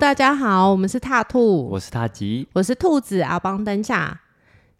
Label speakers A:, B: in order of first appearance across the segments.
A: 大家好，我们是踏兔，
B: 我是他吉，
A: 我是兔子阿邦灯下。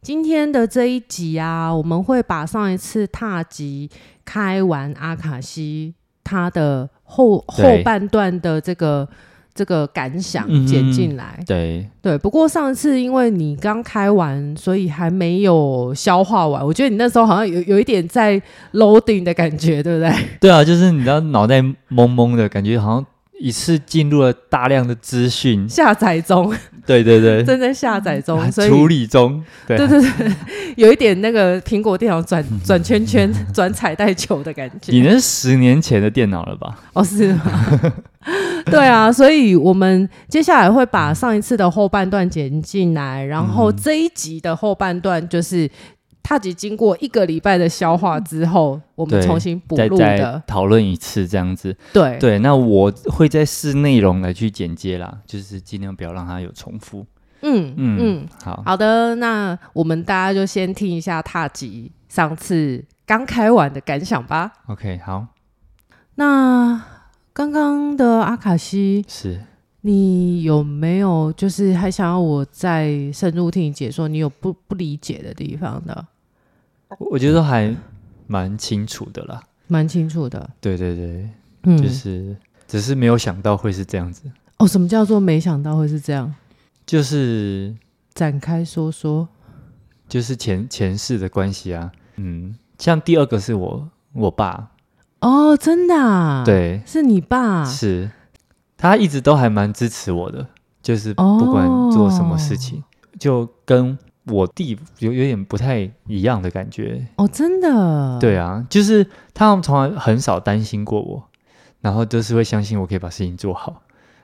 A: 今天的这一集啊，我们会把上一次踏吉开完阿卡西他的后后
B: 对
A: 半段的这个这个感想
B: 嗯哼
A: 剪进来。
B: 对，
A: 对，不过上次因为你刚开完，所以还没有消化完。我觉得你那时候好像有有一点在 loading 的感觉，对不对？
B: 对啊，就是你知道脑袋懵懵的感觉，好像一次进入了大量的资讯，
A: 下载中，
B: 对对对，
A: 正在下载中，
B: 啊
A: 所以
B: 处理中，对
A: 对对对，有一点那个苹果电脑转转圈圈、 转彩带球的感
B: 嗯你
A: 觉。
B: 那是十年前的电脑了吧？
A: 哦，是吗？ 对啊，所以我们接下来会把上一次的后半段剪进来，然后
B: 嗯
A: 这一集的后半段就是。踏吉经过一个礼拜的消化之后，我们
B: 对
A: 重新补
B: 再
A: 录
B: 再
A: 的。
B: 讨论一次这样子，
A: 对
B: 对，那我会再视内容来去剪接啦，就是尽量不要让它有重复。
A: 嗯嗯
B: 嗯好，
A: 好的，那我们大家就先听一下踏吉上次刚开完的感想吧。
B: ，OK，好，
A: 那刚刚的阿卡西，
B: 是
A: 你有没有就是还想要我再深入听你解说？你有不不理解的地方的，嗯
B: 我我觉得还蛮清楚的啦，
A: 蛮清楚的。
B: 对对对，
A: 嗯，
B: 就是、只是没有想到会是这样子，
A: 哦，什么叫做没想到会是这样？
B: 就是
A: 展开说说。
B: 就是前前世的关系啊，嗯，像第二个是我我爸，
A: 哦，真的、啊？，
B: 对，
A: 是你爸。
B: 是他一直都还蛮支持我的，就是不管做什么事情，就跟我弟有有点不太一样的感觉，
A: 哦，真的。
B: 对啊，就是他们从来很少担心过我，然后都是会相信我可以把事情做好，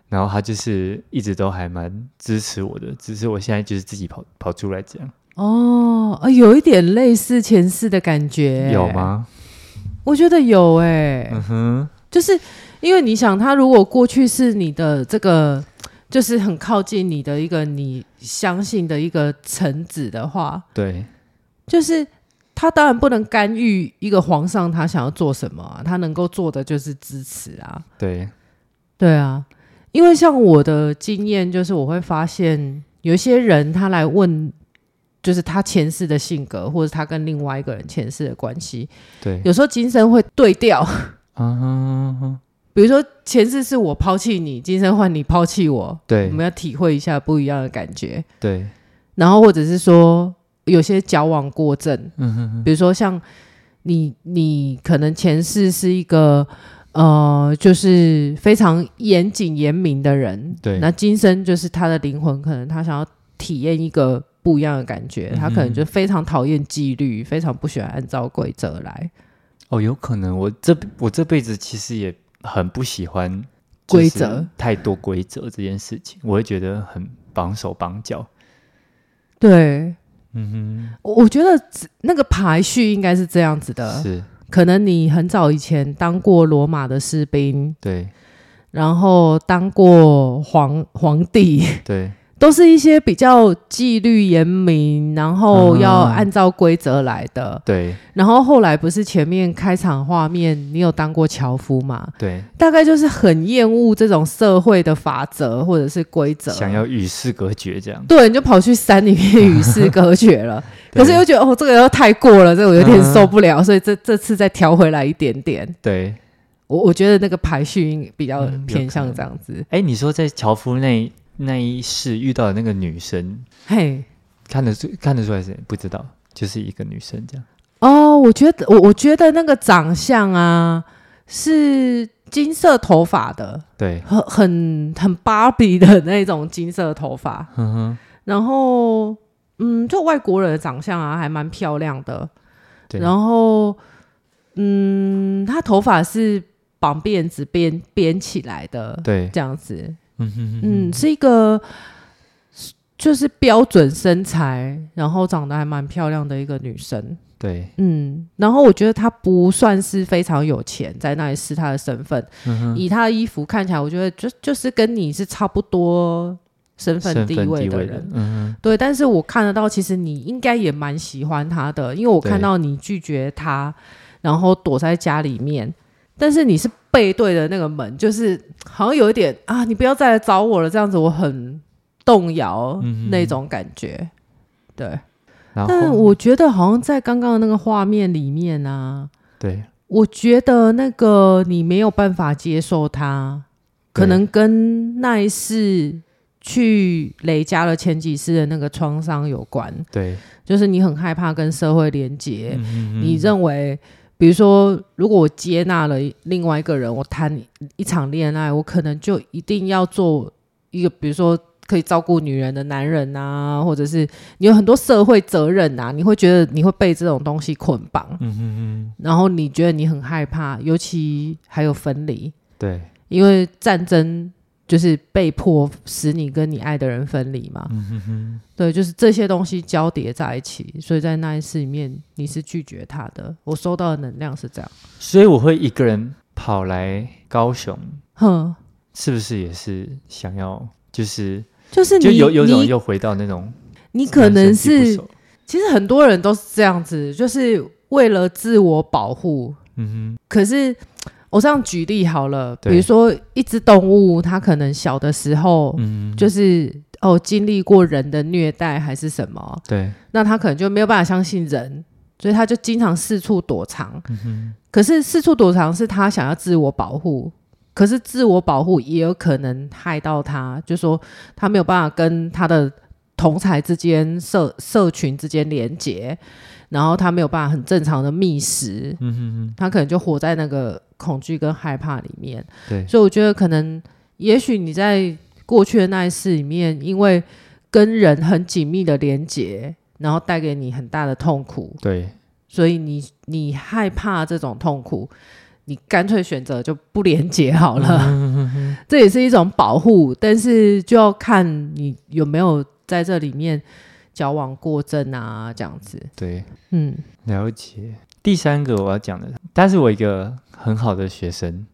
B: 然后他就是一直都还蛮支持我的，只是我现在就是自己跑跑出来这样，
A: 哦，呃，有一点类似前世的感觉。
B: 有？吗？
A: 我觉得有诶、
B: 嗯哼，
A: 就是因为你想，他如果过去是你的这个，就是很靠近你的一个你相信的一个臣子的话，
B: 对，
A: 就是他当然不能干预一个皇上他想要做什么、啊，他能够做的就是支持啊，
B: 对，
A: 对啊，因为像我的经验就是我会发现有一些人他来问。就是他前世的性格，或者他跟另外一个人前世的关系，
B: 对，
A: 有时候今生会对调。
B: 嗯哼，
A: 比如说前世是我抛弃你，今生换你抛弃我，
B: 对
A: 我，们要体会一下不一样的感觉。
B: 对，
A: 然后或者是说有些矫枉过正，
B: 嗯哼哼，
A: 比如说像你，你可能前世是一个呃，就是非常严谨严明的人，
B: 对
A: 那今生就是他的灵魂，可能他想要体验一个。不一样的感
B: 嗯
A: 觉，他可能就非常讨厌纪律，非常不喜欢按照规则来
B: 哦，有可能我这我这辈子其实也很不喜欢
A: 规则，
B: 太多规则这件事情，我会觉得很绑手绑脚。
A: 对，
B: 嗯
A: 我我觉得那个排序应该是这样子
B: 哼，
A: 的，
B: 是
A: 可能你很早以前当过罗马的士兵，
B: 对
A: 然后当过皇皇帝，
B: 对
A: 都是一些比较纪律严明，然后要
B: 嗯
A: 按照规则来的。
B: 对
A: 然后后来不是前面开场画面，你有当过樵夫吗？
B: 对，
A: 大概就是很厌恶这种社会的法则或者是规则，
B: 想要与世隔绝这样。
A: 对，你就跑去山里面与世隔绝 了。
B: 对
A: 可是又觉得哦，这个又太过了，这个我有点
B: 嗯
A: 受不了，所以这这次再调回来一点点。
B: 对，
A: 我我觉得那个排序应比较
B: 嗯有
A: 偏
B: 可
A: 向
B: 能
A: 这样子。
B: 哎，你说在樵夫那那一世遇到的那个女生，
A: 嘿，
B: 看得出看得出来是不知道，就是一个女生这样。
A: 哦，我觉得我我觉得那个长相啊是金色头发的，
B: 对，
A: 很很很芭比的那种金色头发，
B: 哼哼，
A: 然后嗯，就外国人的长相啊，还蛮漂亮的。
B: 对，
A: 然后嗯，她头发是绑辫子编编起来的，
B: 对，
A: 这样子，
B: 嗯哼哼，
A: 嗯，是一个。就是标准身材，然后长得还蛮漂亮的一个女生，
B: 对，
A: 嗯，然后我觉得他不算是非常有钱，在那里试他的身份，
B: 嗯哼，
A: 以他的衣服看起来，我觉得就就是跟你是差不多身份
B: 身份
A: 地
B: 地
A: 位
B: 位
A: 的
B: 的
A: 人。
B: 嗯
A: 对，但是我看得到，其实你应该也蛮喜欢他的，因为我看
B: 对
A: 到你拒绝他，然后躲在家里面。但是你是背对着那个门，就是好像有一点啊，你不要再来找我了，这样子我很动摇
B: 嗯哼
A: 那种感觉。对，
B: 然
A: 但
B: 后
A: 我觉得好像在刚刚的那个画面里面啊，
B: 对
A: 我觉得那个你没有办法接受它，
B: 对
A: 可能跟那一世去累加了前几世的那个创伤有关，
B: 对，
A: 就是你很害怕跟社会连接，
B: 嗯哼哼
A: 你认为。比如说，如果我接纳了另外一个人，我谈一场恋爱，我可能就一定要做一个，比如说可以照顾女人的男人啊，或者是你有很多社会责任啊，你会觉得你会被这种东西捆绑。
B: 嗯哼哼，
A: 然后你觉得你很害怕，尤其还有分离，
B: 对，
A: 因为战争就是被迫使你跟你爱的人分离嘛。
B: 嗯哼哼，
A: 对，就是这些东西交叠在一起，所以在那一次里面你是拒绝他的。我收到的能量是这样，
B: 所以我会一个人跑来高雄，
A: 哼，
B: 是不是也是想要就是
A: 就是你
B: 就有有种
A: 你
B: 又回到那种
A: 你可能
B: 人生地
A: 是
B: 不熟，
A: 其实很多人都是这样子，就是为了自我保护，
B: 嗯
A: 可是我这样举例好了，
B: 对
A: 比如说一只动物，它可能小的时候
B: 哼，，嗯，
A: 就是哦经历过人的虐待还是什么，
B: 对，
A: 那他可能就没有办法相信人，所以他就经常四处躲藏。
B: 嗯哼，
A: 可是四处躲藏是他想要自我保护，可是自我保护也有可能害到他，就说他没有办法跟他的同才之间、社社群之间连接，然后他没有办法很正常的觅食，
B: 嗯哼
A: 他可能就活在那个恐惧跟害怕里面。
B: 哼，对，
A: 所以我觉得可能，也许你在过去的那一世里面，因为跟人很紧密的连结，然后带给你很大的痛苦，
B: 对，
A: 所以你你害怕这种痛苦，你干脆选择就不连结好
B: 嗯
A: 了。 这也是一种保护，但是就要看你有没有在这里面矫枉过正啊，这样子。
B: 对，
A: 嗯，
B: 了解。第三个我要讲的，他是我一个很好的学生，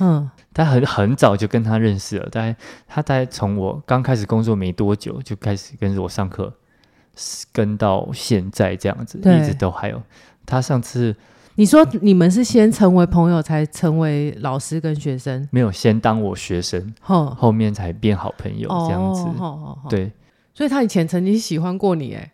A: 嗯，
B: 他很很早就跟他认识了，大概他大概从我刚开始工作没多久就开始跟着我上课，跟到现在这样子，
A: 对
B: 一直都还有。他上次
A: 你说你们是先成为朋友，才成为老师跟学生？
B: 没有先当我学生，
A: 哼，
B: 后面才变好朋友这样子。
A: 哦好好好
B: 对，
A: 所以他以前曾经喜欢过你，哎，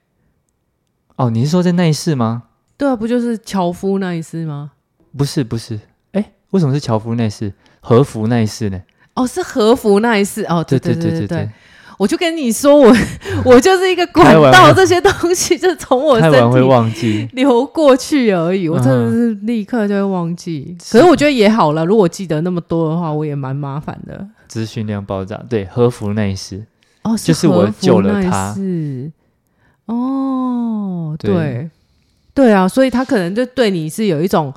B: 哦，你是说在那一世吗？
A: 对啊，不就是樵夫那一次吗？
B: 不是，不是，哎，为什么是樵夫那一世？和服那一世呢？
A: 哦，是和服那一次哦，
B: 对
A: 对
B: 对
A: 对
B: 对，
A: 我就跟你说，我 我就是一个管
B: 开玩
A: 道，
B: 笑
A: 这些东西就从我
B: 太晚
A: 身
B: 会
A: 体
B: 忘记。
A: 流过去而已，我真的
B: 嗯
A: 是立刻就会忘记。
B: 是
A: 可是我觉得也好了，如果记得那么多的话，我也蛮麻烦的。
B: 资讯量爆炸，对，和服那一世，
A: 哦，
B: 就是我
A: 和服
B: 救了
A: 那一
B: 他
A: 次哦，
B: 对
A: 对对啊，所以他可能就对你是有一种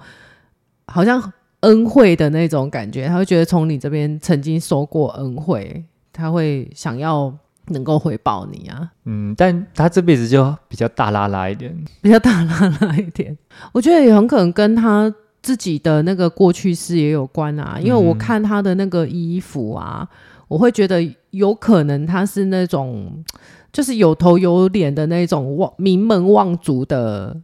A: 好像恩惠的那种感觉，他会觉得从你这边曾经收过恩惠，他会想要能够回报你啊，
B: 嗯，但他这辈子就比较大拉拉一点，
A: 比较大拉拉一点。我觉得也很可能跟他。自己的那个过去式也有关啊，因为我
B: 嗯
A: 看他的那个衣服啊，我会觉得有可能他是那种就是有头有脸的那种望名门望族的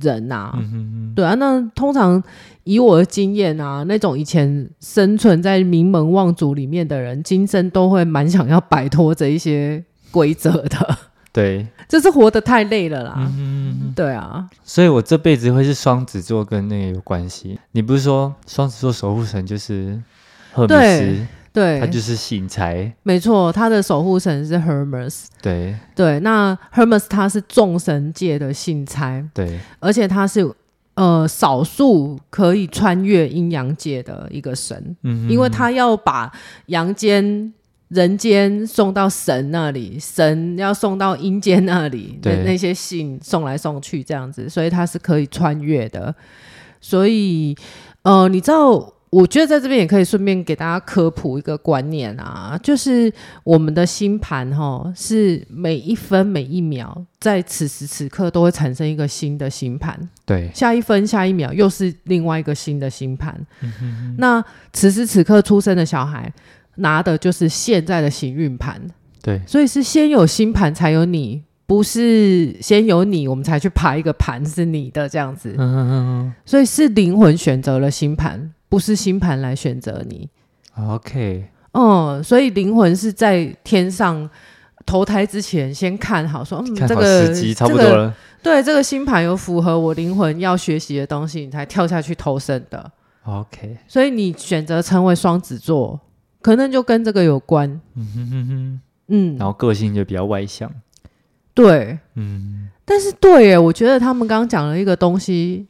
A: 人呐、
B: 嗯哼
A: 对啊，那通常以我的经验啊，那种以前生存在名门望族里面的人，今生都会蛮想要摆脱这一些规则的，
B: 哼，对，
A: 就是活得太累了啦。
B: 嗯，
A: 对啊，
B: 所以我这辈子会是双子座跟那个有关系。你不是说双子座守护神就是赫密斯，
A: 对，
B: 他就是醒财，
A: 没错，他的守护神是 Hermes。
B: 对
A: 对，那 Hermes 他是众神界的信差，
B: 对，
A: 而且他是呃少数可以穿越阴阳界的一个神，
B: 嗯哼
A: 因为他要把阳间。人间送到神那里，神要送到阴间那里，那
B: 对
A: 那些信送来送去这样子，所以他是可以穿越的。所以，呃，你知道，我觉得在这边也可以顺便给大家科普一个观念啊，就是我们的星盘哈，是每一分每一秒，在此时此刻都会产生一个新的星盘。
B: 对，
A: 下一分下一秒又是另外一个新的星盘。
B: 嗯
A: 那此时此刻出生的小孩拿的就是现在的行运盘，
B: 对，
A: 所以是先有星盘才有你，不是先有你我们才去排一个盘是你的这样子。
B: 嗯哼哼哼，
A: 所以是灵魂选择了星盘，不是星盘来选择你。
B: OK，
A: 嗯，所以灵魂是在天上投胎之前先看好说，嗯，
B: 看
A: 这
B: 好
A: 个
B: 时机差不
A: 这
B: 多
A: 个
B: 了。
A: 对这个星盘有符合我灵魂要学习的东西，你才跳下去投身的。
B: OK，
A: 所以你选择成为双子座，可能就跟这个有关。
B: 嗯哼哼哼，
A: 嗯
B: 然，后个性就比较外向。
A: 对。
B: 嗯，
A: 但是对耶，我觉得他们刚刚讲了一个东西，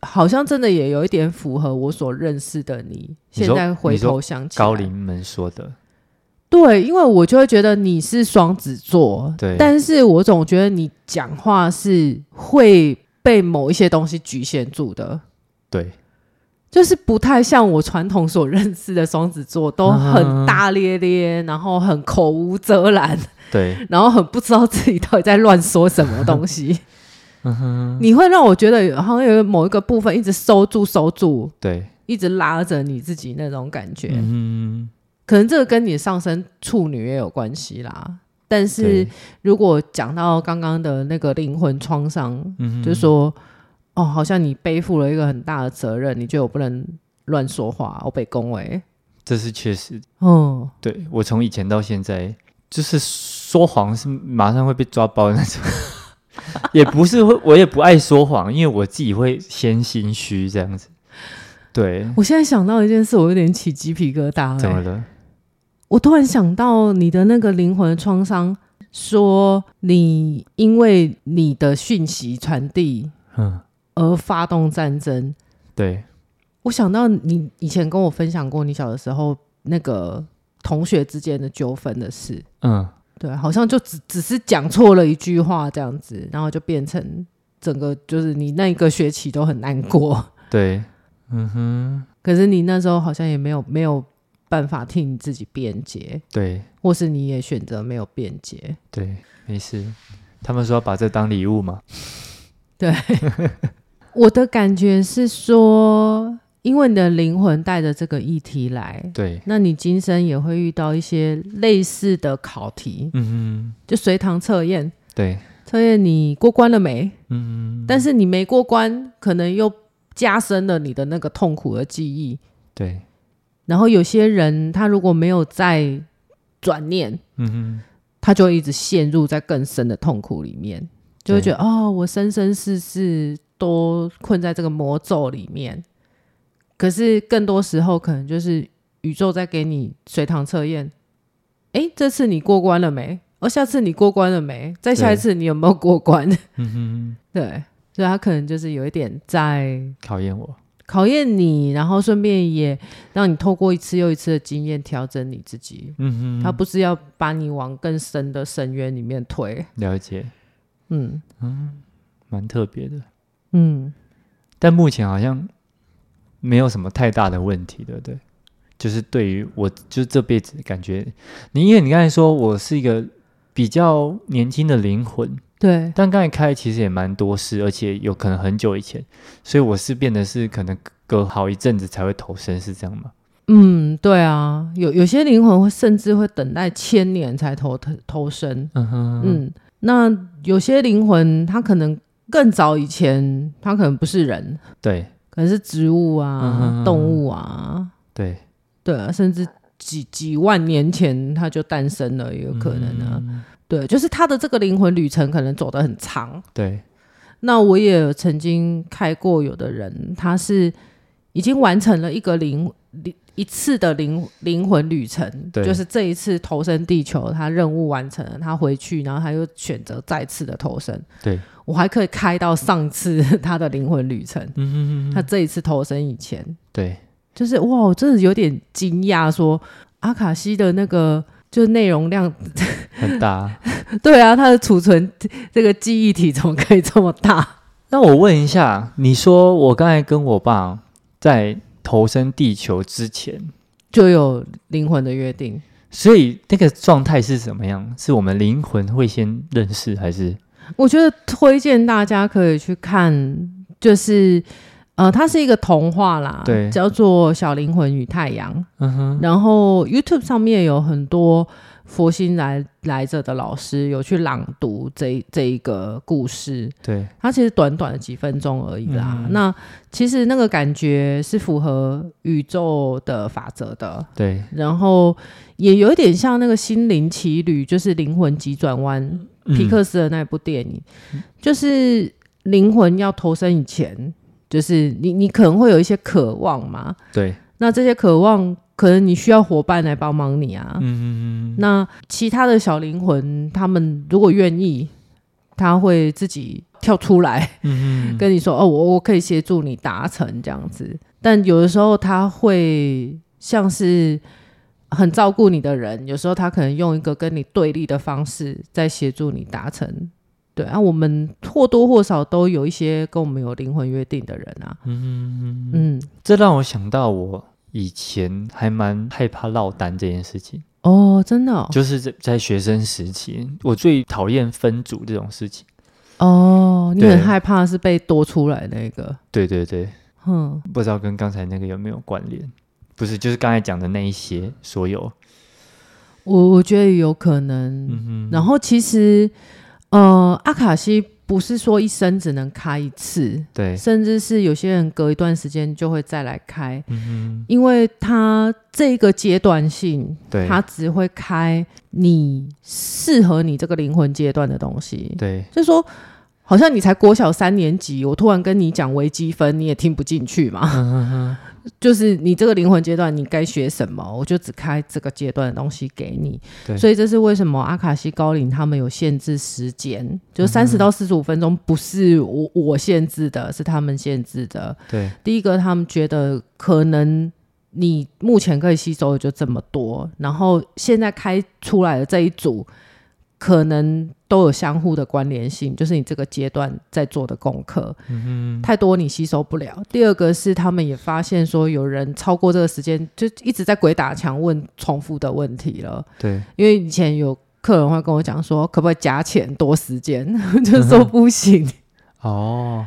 A: 好像真的也有一点符合我所认识的你。
B: 你
A: 现
B: 说
A: 在回
B: 你说
A: 头想起来，
B: 高龄们说的，
A: 对，因为我就会觉得你是双子座，
B: 对
A: 但是我总觉得你讲话是会被某一些东西局限住的，
B: 对，
A: 就是不太像我传统所认识的双子座，都很
B: 嗯
A: 大咧咧，然后很口无遮拦，
B: 对，
A: 然后很不知道自己到底在乱说什么东 西。
B: 嗯
A: 你会让我觉得好像有某一个部分一直收住、收住，
B: 对，
A: 一直拉着你自己那种感觉。
B: 嗯
A: 可能这个跟你上升处女也有关系啦。但
B: 哼，
A: 是
B: 对，
A: 如果讲到刚刚的那个灵魂创伤，
B: 嗯哼，
A: 就是说，哦，好像你背负了一个很大的责任，你觉得我不能乱说话，我被恭维，
B: 这是确实，
A: 嗯，
B: 对我从以前到现在，就是说谎是马上会被抓包的那 种。也不是会，我也不爱说谎，因为我自己会先心虚这样子。对，
A: 我现在想到一件事，我有点起鸡皮疙瘩、
B: 怎么
A: 欸。
B: 了？
A: 我突然想到你的那个灵魂创伤，说你因为你的讯息传递
B: 嗯，
A: 而发动战争。
B: 对，
A: 我想到你以前跟我分享过，你小的时候那个同学之间的纠纷的事。
B: 嗯，
A: 对，好像就只只是讲错了一句话这样子，然后就变成整个就是你那一个学期都很难过。
B: 对，嗯哼，
A: 可是你那时候好像也没有没有办法替你自己辩解，
B: 对
A: 或是你也选择没有辩解。
B: 对，没事。他们说要把这当礼物嘛，
A: 我的感觉是说，因为你的灵魂带着这个议题来，
B: 对，
A: 那你今生也会遇到一些类似的考题，
B: 嗯
A: 就随堂测验，
B: 哼，对，
A: 测验你过关了没？
B: 嗯，
A: 但是你没过关，可能又加深了你的那个痛苦的记忆。
B: 对，
A: 然后有些人他如果没有再转念，
B: 嗯
A: 他就一直陷入在更深的痛苦里面，就会觉得哦，我生生世世都困在这个魔咒里面。可是更多时候，可能就是宇宙在给你随堂测验。诶，这次你过关了没？哦，下次你过关了没？再下一
B: 对
A: 次你有没有过关？
B: 哼，嗯
A: 对，所以他可能就是有一点在
B: 哼，考验我，
A: 考验你，然后顺便也让你透过一次又一次的经验调整你自己。
B: 嗯
A: 他不是要把你往更深的深渊里面推。
B: 哼，了解，
A: 嗯
B: 蛮特别的。
A: 嗯，
B: 但目前好像没有什么太大的问题，对不对？就是对于我，就这辈子感觉，你因为你刚才说我是一个比较年轻的灵魂，
A: 对
B: 但刚才开其实也蛮多事，而且有可能很久以前，所以我是变得是可能隔好一阵子才会投身，是这样吗？
A: 嗯对啊，有有些灵魂会甚至会等待千年才投投投生。
B: 嗯哼，
A: 嗯，那有些灵魂他可能更早以前，他可能不是人，
B: 对
A: 可能是植物
B: 嗯哼
A: 啊、
B: 哼
A: 动物啊，
B: 对，
A: 对啊，甚至几几万年前它就诞生了，也有可能啊。
B: 嗯
A: 对，就是它的这个灵魂旅程可能走得很长。
B: 对，
A: 那我也曾经开过有的人，他是已经完成了一个灵灵一次的灵灵魂旅程，
B: 对
A: 就是这一次投身地球，他任务完成了，他回去，然后他又选择再次的投身。
B: 对，
A: 我还可以开到上次 他的灵魂旅程，
B: 嗯哼
A: 他这一次投身以前，
B: 对，
A: 就是哇，我真的有点惊讶，说阿卡西的那个就是内容量，
B: 很大。
A: 对啊，它的储存 这个记忆体怎么可以这么大？
B: 那我问一下，你说我刚才跟我爸在投身地球之前，
A: 就有灵魂的约定。
B: 所以那个状态是怎么样？是我们灵魂会先认识，还是
A: 我觉得推荐大家可以去看，就是。呃，它是一个童话啦，
B: 对
A: 叫做《小灵魂与太阳》，
B: 嗯哼，
A: 然后 YouTube 上面有很多佛心来来着的老师有去朗读这一这一个故事，
B: 对，
A: 它其实短短的几分钟而已啦。
B: 嗯
A: 那其实那个感觉是符合宇宙的法则的，
B: 对，
A: 然后也有一点像那个《心灵奇旅》，就是《灵魂急转弯》
B: 嗯
A: 皮克斯的那部电影，就是灵魂要投身以前，就是你你可能会有一些渴望嘛，
B: 嗯对，
A: 那这些渴望可能你需要伙伴来帮忙你啊。
B: 嗯嗯嗯，
A: 那其他的小灵魂，他们如果愿意，他会自己跳出来，
B: 嗯
A: 跟你说哦，我我可以协助你达成这样子。但有的时候他会像是很照顾你的人，有时候他可能用一个跟你对立的方式在协助你达成。对啊，我们或多或少都有一些跟我们有灵魂约定的人啊。嗯嗯
B: 这让我想到我以前还蛮害怕落单这件事情，
A: 哦，真的哦
B: 就是在在学生时期，我最讨厌分组这种事情。
A: 哦，你
B: 对
A: 很害怕是被多出来那个，
B: 对对对，
A: 嗯，
B: 不知道跟刚才那个有没有关联？不是，就是刚才讲的那一些所有。
A: 我我觉得有可能。
B: 嗯
A: 然后其实，呃，阿卡西不是说一生只能开一次，
B: 对，
A: 甚至是有些人隔一段时间就会再来开，
B: 嗯
A: 因为它这个阶段性，
B: 哼，对，
A: 它只会开你适合你这个灵魂阶段的东西。
B: 对，
A: 就是说，好像你才国小三年级，我突然跟你讲微积分，你也听不进去嘛。
B: 嗯
A: 就是你这个灵魂阶段，你该学什么，我就只开这个阶段的东西给你。
B: 对
A: 所以这是为什么阿卡西高龄他们有限制时间，就三十到四十五分钟，不是我我限制的，是他们限制的。
B: 对，
A: 第一个，他们觉得可能你目前可以吸收的就这么多，然后现在开出来的这一组，可能都有相互的关联性，就是你这个阶段在做的功课，
B: 嗯
A: 太多你吸收不了。第二个是他们也发现说，有人超过这个时间就一直在鬼打墙问重复的问题了
B: 哼，，对，
A: 因为以前有。客人会跟我讲说，可不可以加钱多时间？ 就说不行。
B: 哦，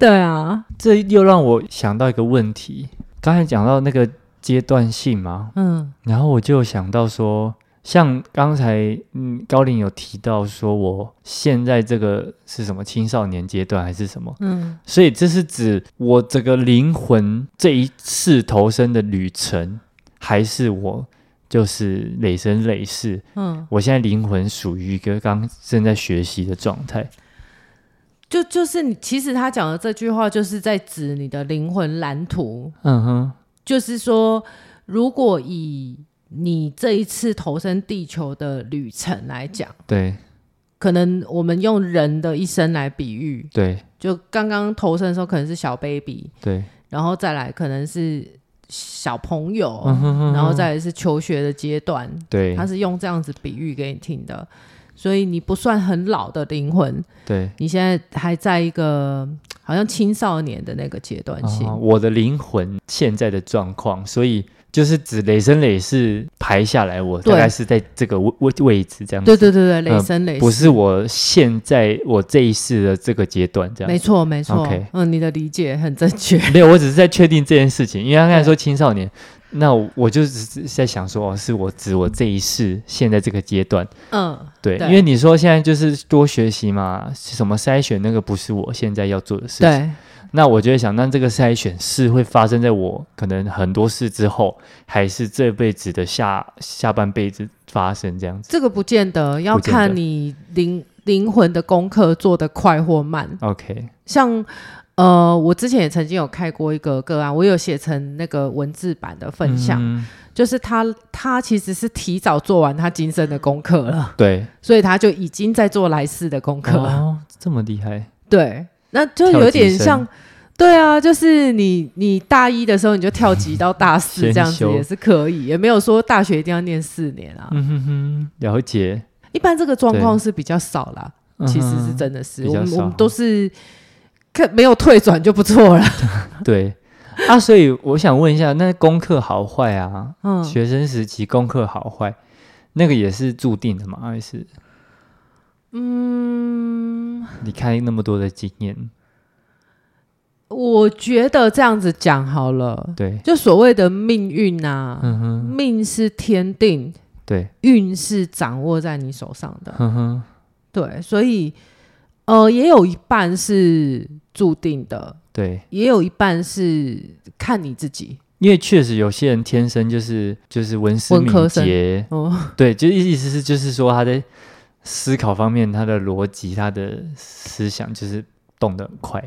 A: 对啊，
B: 这又让我想到一个问题。刚才讲到那个阶段性嘛，
A: 嗯
B: 然后我就想到说，像刚才嗯高龄有提到说，我现在这个是什么青少年阶段还是什么？
A: 嗯，
B: 所以这是指我整个灵魂这一次投身的旅程，还是我就是累生累世？
A: 嗯，
B: 我现在灵魂属于一个刚正在学习的状态。
A: 就就是你，其实他讲的这句话就是在指你的灵魂蓝图，
B: 嗯哼，
A: 就是说，如果以你这一次投身地球的旅程来讲，
B: 对
A: 可能我们用人的一生来比喻，
B: 对
A: 就刚刚投身的时候可能是小 baby，
B: 对，
A: 然后再来可能是小朋友，
B: 嗯哼哼
A: 然后再来是求学的阶段，
B: 对
A: 他是用这样子比喻给你听的，所以你不算很老的灵魂，
B: 对。
A: 你现在还在一个好像青少年的那个阶段性，
B: 啊，我的灵魂现在的状况，所以就是指累生累世排下来，我
A: 对
B: 大概是在这个位位位置这样子，
A: 对对对对，累生累世、
B: 嗯呃不是我现在我这一世的这个阶段这样
A: 没
B: 子。
A: 错没错
B: OK
A: 嗯，你的理解很正 确，
B: 没有，我只是在确定这件事情，因为他刚才说青少年，那我我就只是在想说，哦，是我指我这一世现在这个阶段，
A: 嗯，
B: 对，
A: 对
B: 因为你说现在就是多学习嘛，什么筛选那个不是我现在要做的事情，
A: 对
B: 那我就会想，那这个筛选是会发生在我可能很多事之后，还是这辈子的下下半辈子发生这样子
A: 这个不见得要
B: 不见得
A: 看你灵灵魂的功课做得快或慢，
B: ？OK，
A: 像。呃，我之前也曾经有开过一个个案，我有写成那个文字版的分享，
B: 嗯
A: 就是他他其实是提早做完他今生的功课了，
B: 对，
A: 所以他就已经在做来世的功课了。
B: 哦，这么厉害，
A: 对，那就有点像
B: 跳，
A: 对啊，就是你你大一的时候你就跳级到大四
B: 先
A: 这样子
B: 修
A: 也是可以，也没有说大学一定要念四年啊。
B: 嗯哼哼，了解，
A: 一般这个状况是比较少啦，
B: 嗯哼
A: 啊其实是真的是
B: 比
A: 我
B: 较
A: 们
B: 少
A: 我们都是看没有退转就不 错了。
B: 嗯对啊，所以我想问一下，那功课好坏啊，
A: 嗯，
B: 学生时期功课好坏，那个也是注定的嘛，还是？
A: 嗯
B: 嗯，你看那么多的经验，
A: 我觉得这样子讲好了，
B: 对，
A: 就所谓的命运啊，
B: 嗯哼，
A: 命是天定，
B: 对，
A: 运是掌握在你手上的。
B: 嗯哼，
A: 对，所以呃，也有一半是注定的，
B: 对，
A: 也有一半是看你自己。
B: 因为确实有些人天生就是就是文思
A: 文科
B: 敏
A: 生
B: 捷，
A: 哦，
B: 对，就意意思是就是说他在思考方面，他的逻辑、他的思想就是动得很快。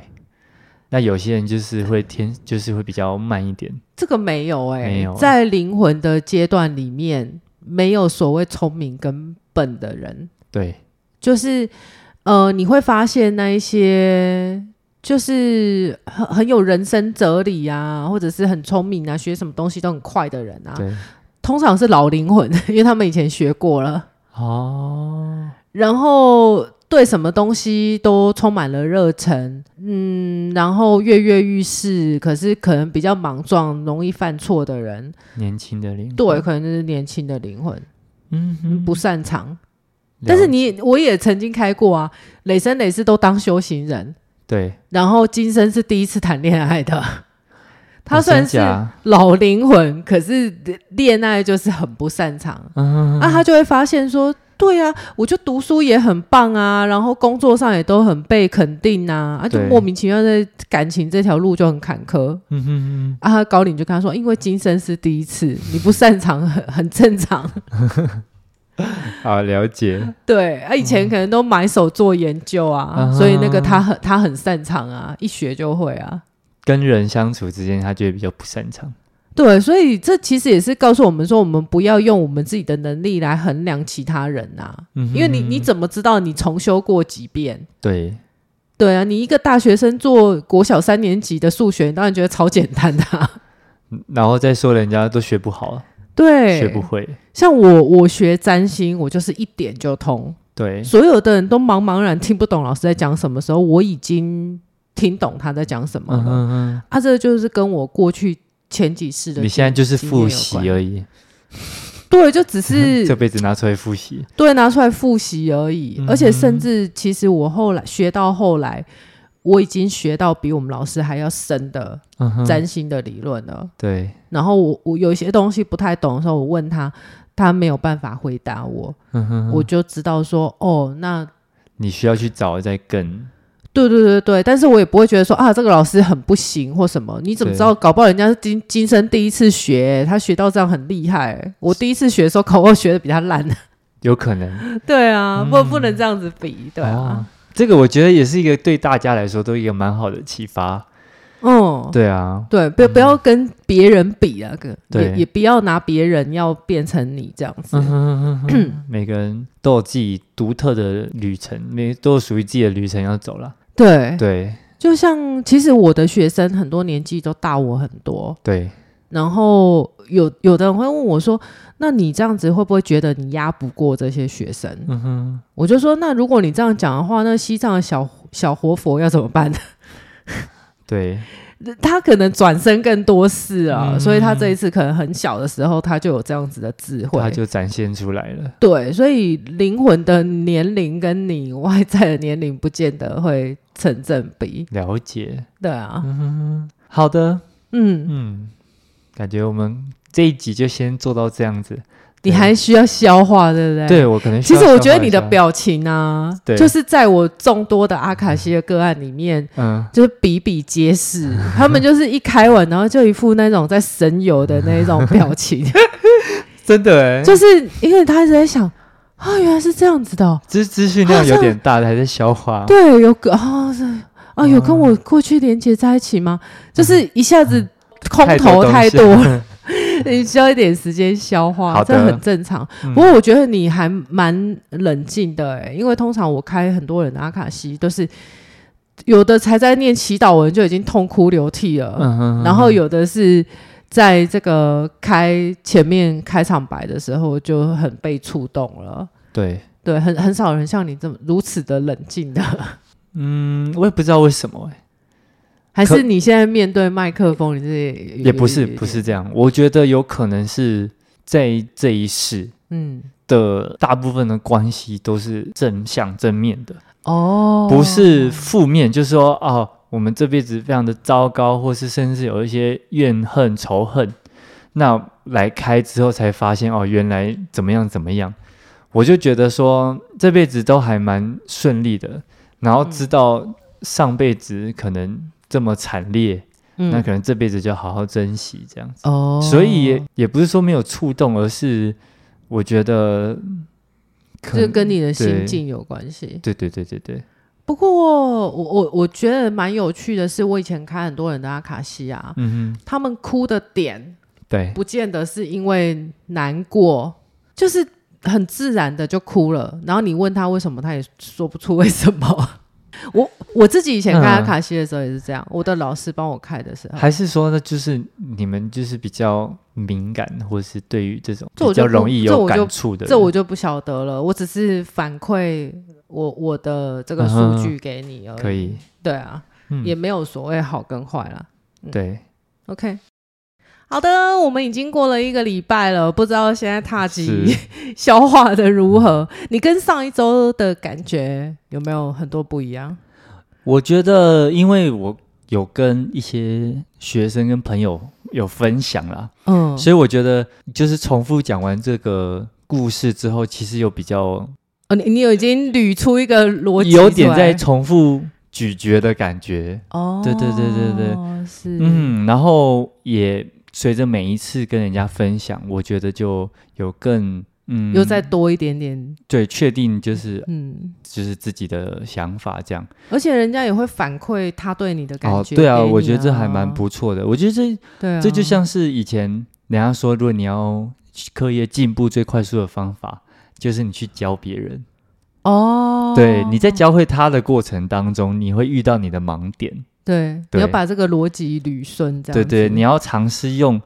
B: 那有些人就是会天，就是会比较慢一点。
A: 这个没有哎、
B: 没有
A: 在灵魂的阶段里面，没有所谓聪明跟笨的人，
B: 对，
A: 就是呃，你会发现那一些。就是很很有人生哲理啊，或者是很聪明啊，学什么东西都很快的人啊，
B: 对，
A: 通常是老灵魂， 因为他们以前学过了。
B: 哦，
A: 然后对什么东西都充满了热忱，嗯，然后跃跃欲试，可是可能比较莽撞、容易犯错的人，
B: 年轻的灵魂，
A: 对，可能就是年轻的灵魂，
B: 嗯哼，
A: 不
B: 了
A: 擅长。但是你我也曾经开过啊，累生累世都当修行人，
B: 对，
A: 然后今生是第一次谈恋爱的。他
B: 哦
A: 虽然
B: 真
A: 是
B: 假
A: 老灵魂，可是恋爱就是很不擅长。
B: 嗯，
A: 啊，他就会发现说，对啊，我就读书也很棒啊，然后工作上也都很被肯定啊，啊，就
B: 对
A: 莫名其妙在感情这条路就很坎 坷。
B: 嗯哼哼，
A: 啊，高领就跟他说，因为今生是第一次，你不擅长很很正常。
B: 好了解，
A: 对，啊，以前可能都埋手做研究啊，
B: 嗯
A: 所以那个他很他很擅长啊，一学就会啊。
B: 跟人相处之间，他就会比较不擅长。
A: 对，所以这其实也是告诉我们说，我们不要用我们自己的能力来衡量其他人啊，
B: 嗯哼
A: 因为你你怎么知道你重修过几遍？
B: 对，
A: 对啊，你一个大学生做国小三年级的数学，你当然觉得超简单的、啊。
B: 然后再说人家都学不好，
A: 对，
B: 学不会，
A: 像我，我学占星，我就是一点就通。
B: 对，
A: 所有的人都茫茫然听不懂老师在讲什么时候，我已经听懂他在讲什么
B: 嗯
A: 了。
B: 哼哼，
A: 啊，这就是跟我过去前几世的
B: 你现在就是
A: 经验
B: 复
A: 有
B: 习
A: 关
B: 而已，
A: 对，就只是
B: 这辈子拿出来复习，
A: 对，拿出来复习而已。
B: 嗯
A: 而且甚至，其实我后来学到后来，我已经学到比我们老师还要深的
B: 嗯哼，
A: 占星的理论了。
B: 对，
A: 然后我我有一些东西不太懂的时候，我问他，他没有办法回答我，
B: 嗯哼，
A: 我就知道说，哦，那
B: 你需要去找再更，
A: 对对对对，但是我也不会觉得说啊，这个老师很不行或什么。你怎么
B: 对
A: 知道？搞不好人家是今今生第一次学，他学到这样很厉害。我第一次学的时候，搞不好学的比他烂。
B: 有可能，
A: 对啊，不不能这样子比，对
B: 哦
A: 啊，
B: 这个我觉得也是一个对大家来说都一个蛮好的启发，
A: 嗯。
B: 对啊，
A: 对，不不要跟别人比啊，跟也
B: 对
A: 也不要拿别人要变成你这样子。
B: 嗯哼哼哼哼每个人都有自己独特的旅程，每都有属于自己的旅程要走了，
A: 对，
B: 对
A: 就像其实我的学生很多年纪都大我很多，
B: 对，
A: 然后有有的人会问我说：“那你这样子会不会觉得你压不过这些学生？”
B: 嗯哼，
A: 我就说：“那如果你这样讲的话，那西藏的小小活佛要怎么办？
B: 对，
A: 他可能转身更多事啊，
B: 嗯
A: 所以他这一次可能很小的时候他就有这样子的智慧
B: 他。就展现出来了，
A: 对，所以灵魂的年龄跟你外在的年龄不见得会成正比。
B: 了解，
A: 对啊，
B: 好的，
A: 嗯，
B: 嗯，感觉我们这一集就先做到这样子，
A: 你还需要消化，对不对？
B: 对我可能需
A: 哎其
B: 要
A: 实我
B: 消
A: 觉得
B: 化
A: 你
B: 一
A: 的
B: 下，
A: 表情啊，
B: 对
A: 就是在我众多的阿卡西的个案里面，
B: 嗯，
A: 就是比比皆是。 他们就是一开完，然后就一副那种在神游的那种表 情，
B: 真的哎，
A: 就是因为他一直在想啊，原来是这样子的哦、
B: 资资讯
A: 好
B: 量有
A: 像
B: 点大，还在消化，
A: 对，有个啊是啊，有跟我过去连接在一起吗？就是一下子空
B: 嗯太多
A: 头
B: 东
A: 太
B: 西
A: 多
B: 了
A: 了， 你需要一点时间消化，
B: 好
A: 这
B: 的
A: 很正常。
B: 嗯
A: 不过我觉得你还蛮冷静的、欸，因为通常我开很多人的阿卡西都是有的才在念祈祷文就已经痛哭流涕了，
B: 嗯哼，
A: 然后有的是在这个开前面开场白的时候就很被触动了。
B: 对，
A: 对，很很少人像你这么如此的冷静的，
B: 嗯，我也不知道为什么哎，
A: 还
B: 可
A: 是你现在面对麦克风，你是有
B: 也不是
A: 有有
B: 不是这样，我觉得有可能是在这一世。
A: 嗯
B: 的大部分的关系都是正向正面的，
A: 哦，
B: 不是负面，就是说哦，我们这辈子非常的糟糕，或是甚至有一些怨恨、仇恨，那来开之后才发现哦，原来怎么样怎么样，我就觉得说这辈子都还蛮顺利的，然后知道上辈子可能这么惨烈，
A: 嗯
B: 那可能这辈子就好好珍惜这样子。
A: 哦，
B: 所以也也不是说没有触动，而是我觉得可
A: 这
B: 能
A: 跟你的心
B: 对
A: 境有关系。
B: 对对对对对，
A: 不过我我我觉得蛮有趣的是，我以前看很多人的阿卡西啊，
B: 嗯哼，
A: 他们哭的点
B: 对
A: 不见得是因为难过，就是很自然的就哭了。然后你问他为什么，他也说不出为什么。我我自己以前看
B: 嗯
A: 阿卡西的时候也是这样，我的老师帮我看的时候，
B: 还是说那就是你们就是比较敏感，或是对于这种
A: 这我
B: 比
A: 就
B: 较
A: 不
B: 容易
A: 这
B: 有
A: 我就
B: 感触的人，
A: 这我就不晓得了。我只是反馈我我的这个数据给你而已。
B: 嗯可以，
A: 对啊，
B: 嗯，
A: 也没有所谓好跟坏啦。
B: 对，
A: OK，好的，我们已经过了一个礼拜了，不知道现在踏吉 消化的如何？你跟上一周的感觉有没有很多不一样？
B: 我觉得因为我有跟一些学生跟朋友有分享啦，
A: 嗯，
B: 所以我觉得就是重复讲完这个故事之后，其实有比较
A: 哦，你你有已经捋出一个逻辑出来，
B: 有点在重复咀嚼的感觉，
A: 哦，
B: 对对对对
A: 对，是，嗯
B: 嗯，然后也随着每一次跟人家分享，我觉得就有更嗯，
A: 又再多一点点，
B: 对确定就是
A: 嗯，
B: 就是自己的想法这样。
A: 而且人家也会反馈他对你的感觉、
B: 对啊，
A: 给你哦
B: 我觉得这还蛮，不错的。我觉得这、
A: 对啊，
B: 这就像是以前人家说，如果你要课业进步最快速的方法。就是你去教别人，
A: 哦，
B: 对，你在教会他的过程当中，你会遇到你的盲点，
A: 对，你
B: 对
A: 要把这个逻辑捋顺，这样
B: 对对，
A: 子
B: 你要尝试用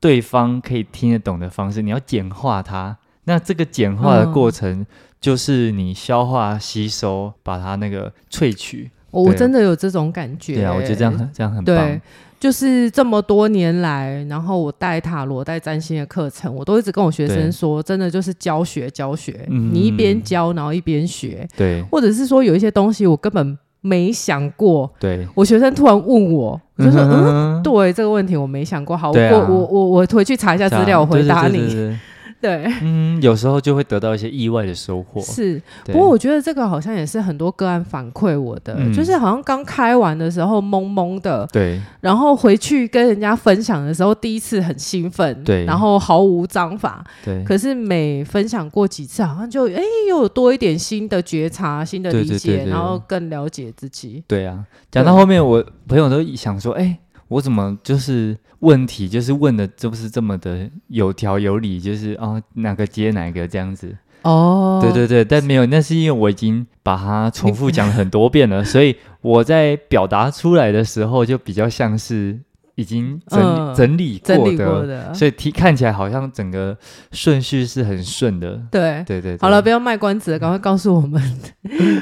B: 对方可以听得懂的方式，你要简化它。那这个简化的
A: 嗯
B: 过程，就是你消化、吸收，把它那个萃取。
A: 哦我我
B: 对
A: 真的有这种感觉、欸
B: 对啊，我觉得这样很这样很
A: 对
B: 棒。，
A: 就是这么多年来，然后我带塔罗、带占星的课程，我都一直跟我学生
B: 对
A: 说，真的就是教学教学，
B: 嗯
A: 你一边教，然后一边学，
B: 对
A: 或者是说有一些东西我根本没想过，
B: 对，
A: 我学生突然问我，我就说，嗯
B: 嗯 哼，
A: 对这个问题我没想过，好，
B: 对啊
A: 我我我我回去查一下
B: 这样
A: 资料，我回答。
B: 对对对
A: 你。
B: 对对
A: 对，
B: 嗯，有时候就会得到一些意外的收获。
A: 是。
B: 对
A: 不过我觉得这个好像也是很多个案反馈我的，
B: 嗯
A: 就是好像刚开完的时候懵懵的，
B: 对
A: 然后回去跟人家分享的时候，第一次很兴奋，
B: 对
A: 然后毫无章法。
B: 对
A: 可是每分享过几次，好像就哎又有多一点新的觉察、新的理解，
B: 对对对对
A: 然后更了解自己。
B: 对啊！讲到后面，我朋友都想说，哎、我怎么就是问题就是问的，就是这么的有条有理，就是啊、哪个接哪个这样子。
A: 哦
B: 对对对，但没有，那是因为我已经把它重复讲了很多遍了，所以我在表达出来的时候就比较像是已经整、
A: 嗯
B: 整理
A: 整
B: 过
A: 理
B: 的，
A: 过的，
B: 所以提看起来好像整个顺序是很顺的。
A: 对。
B: 对对对
A: 哎好了，不要卖关子了，赶快告诉我们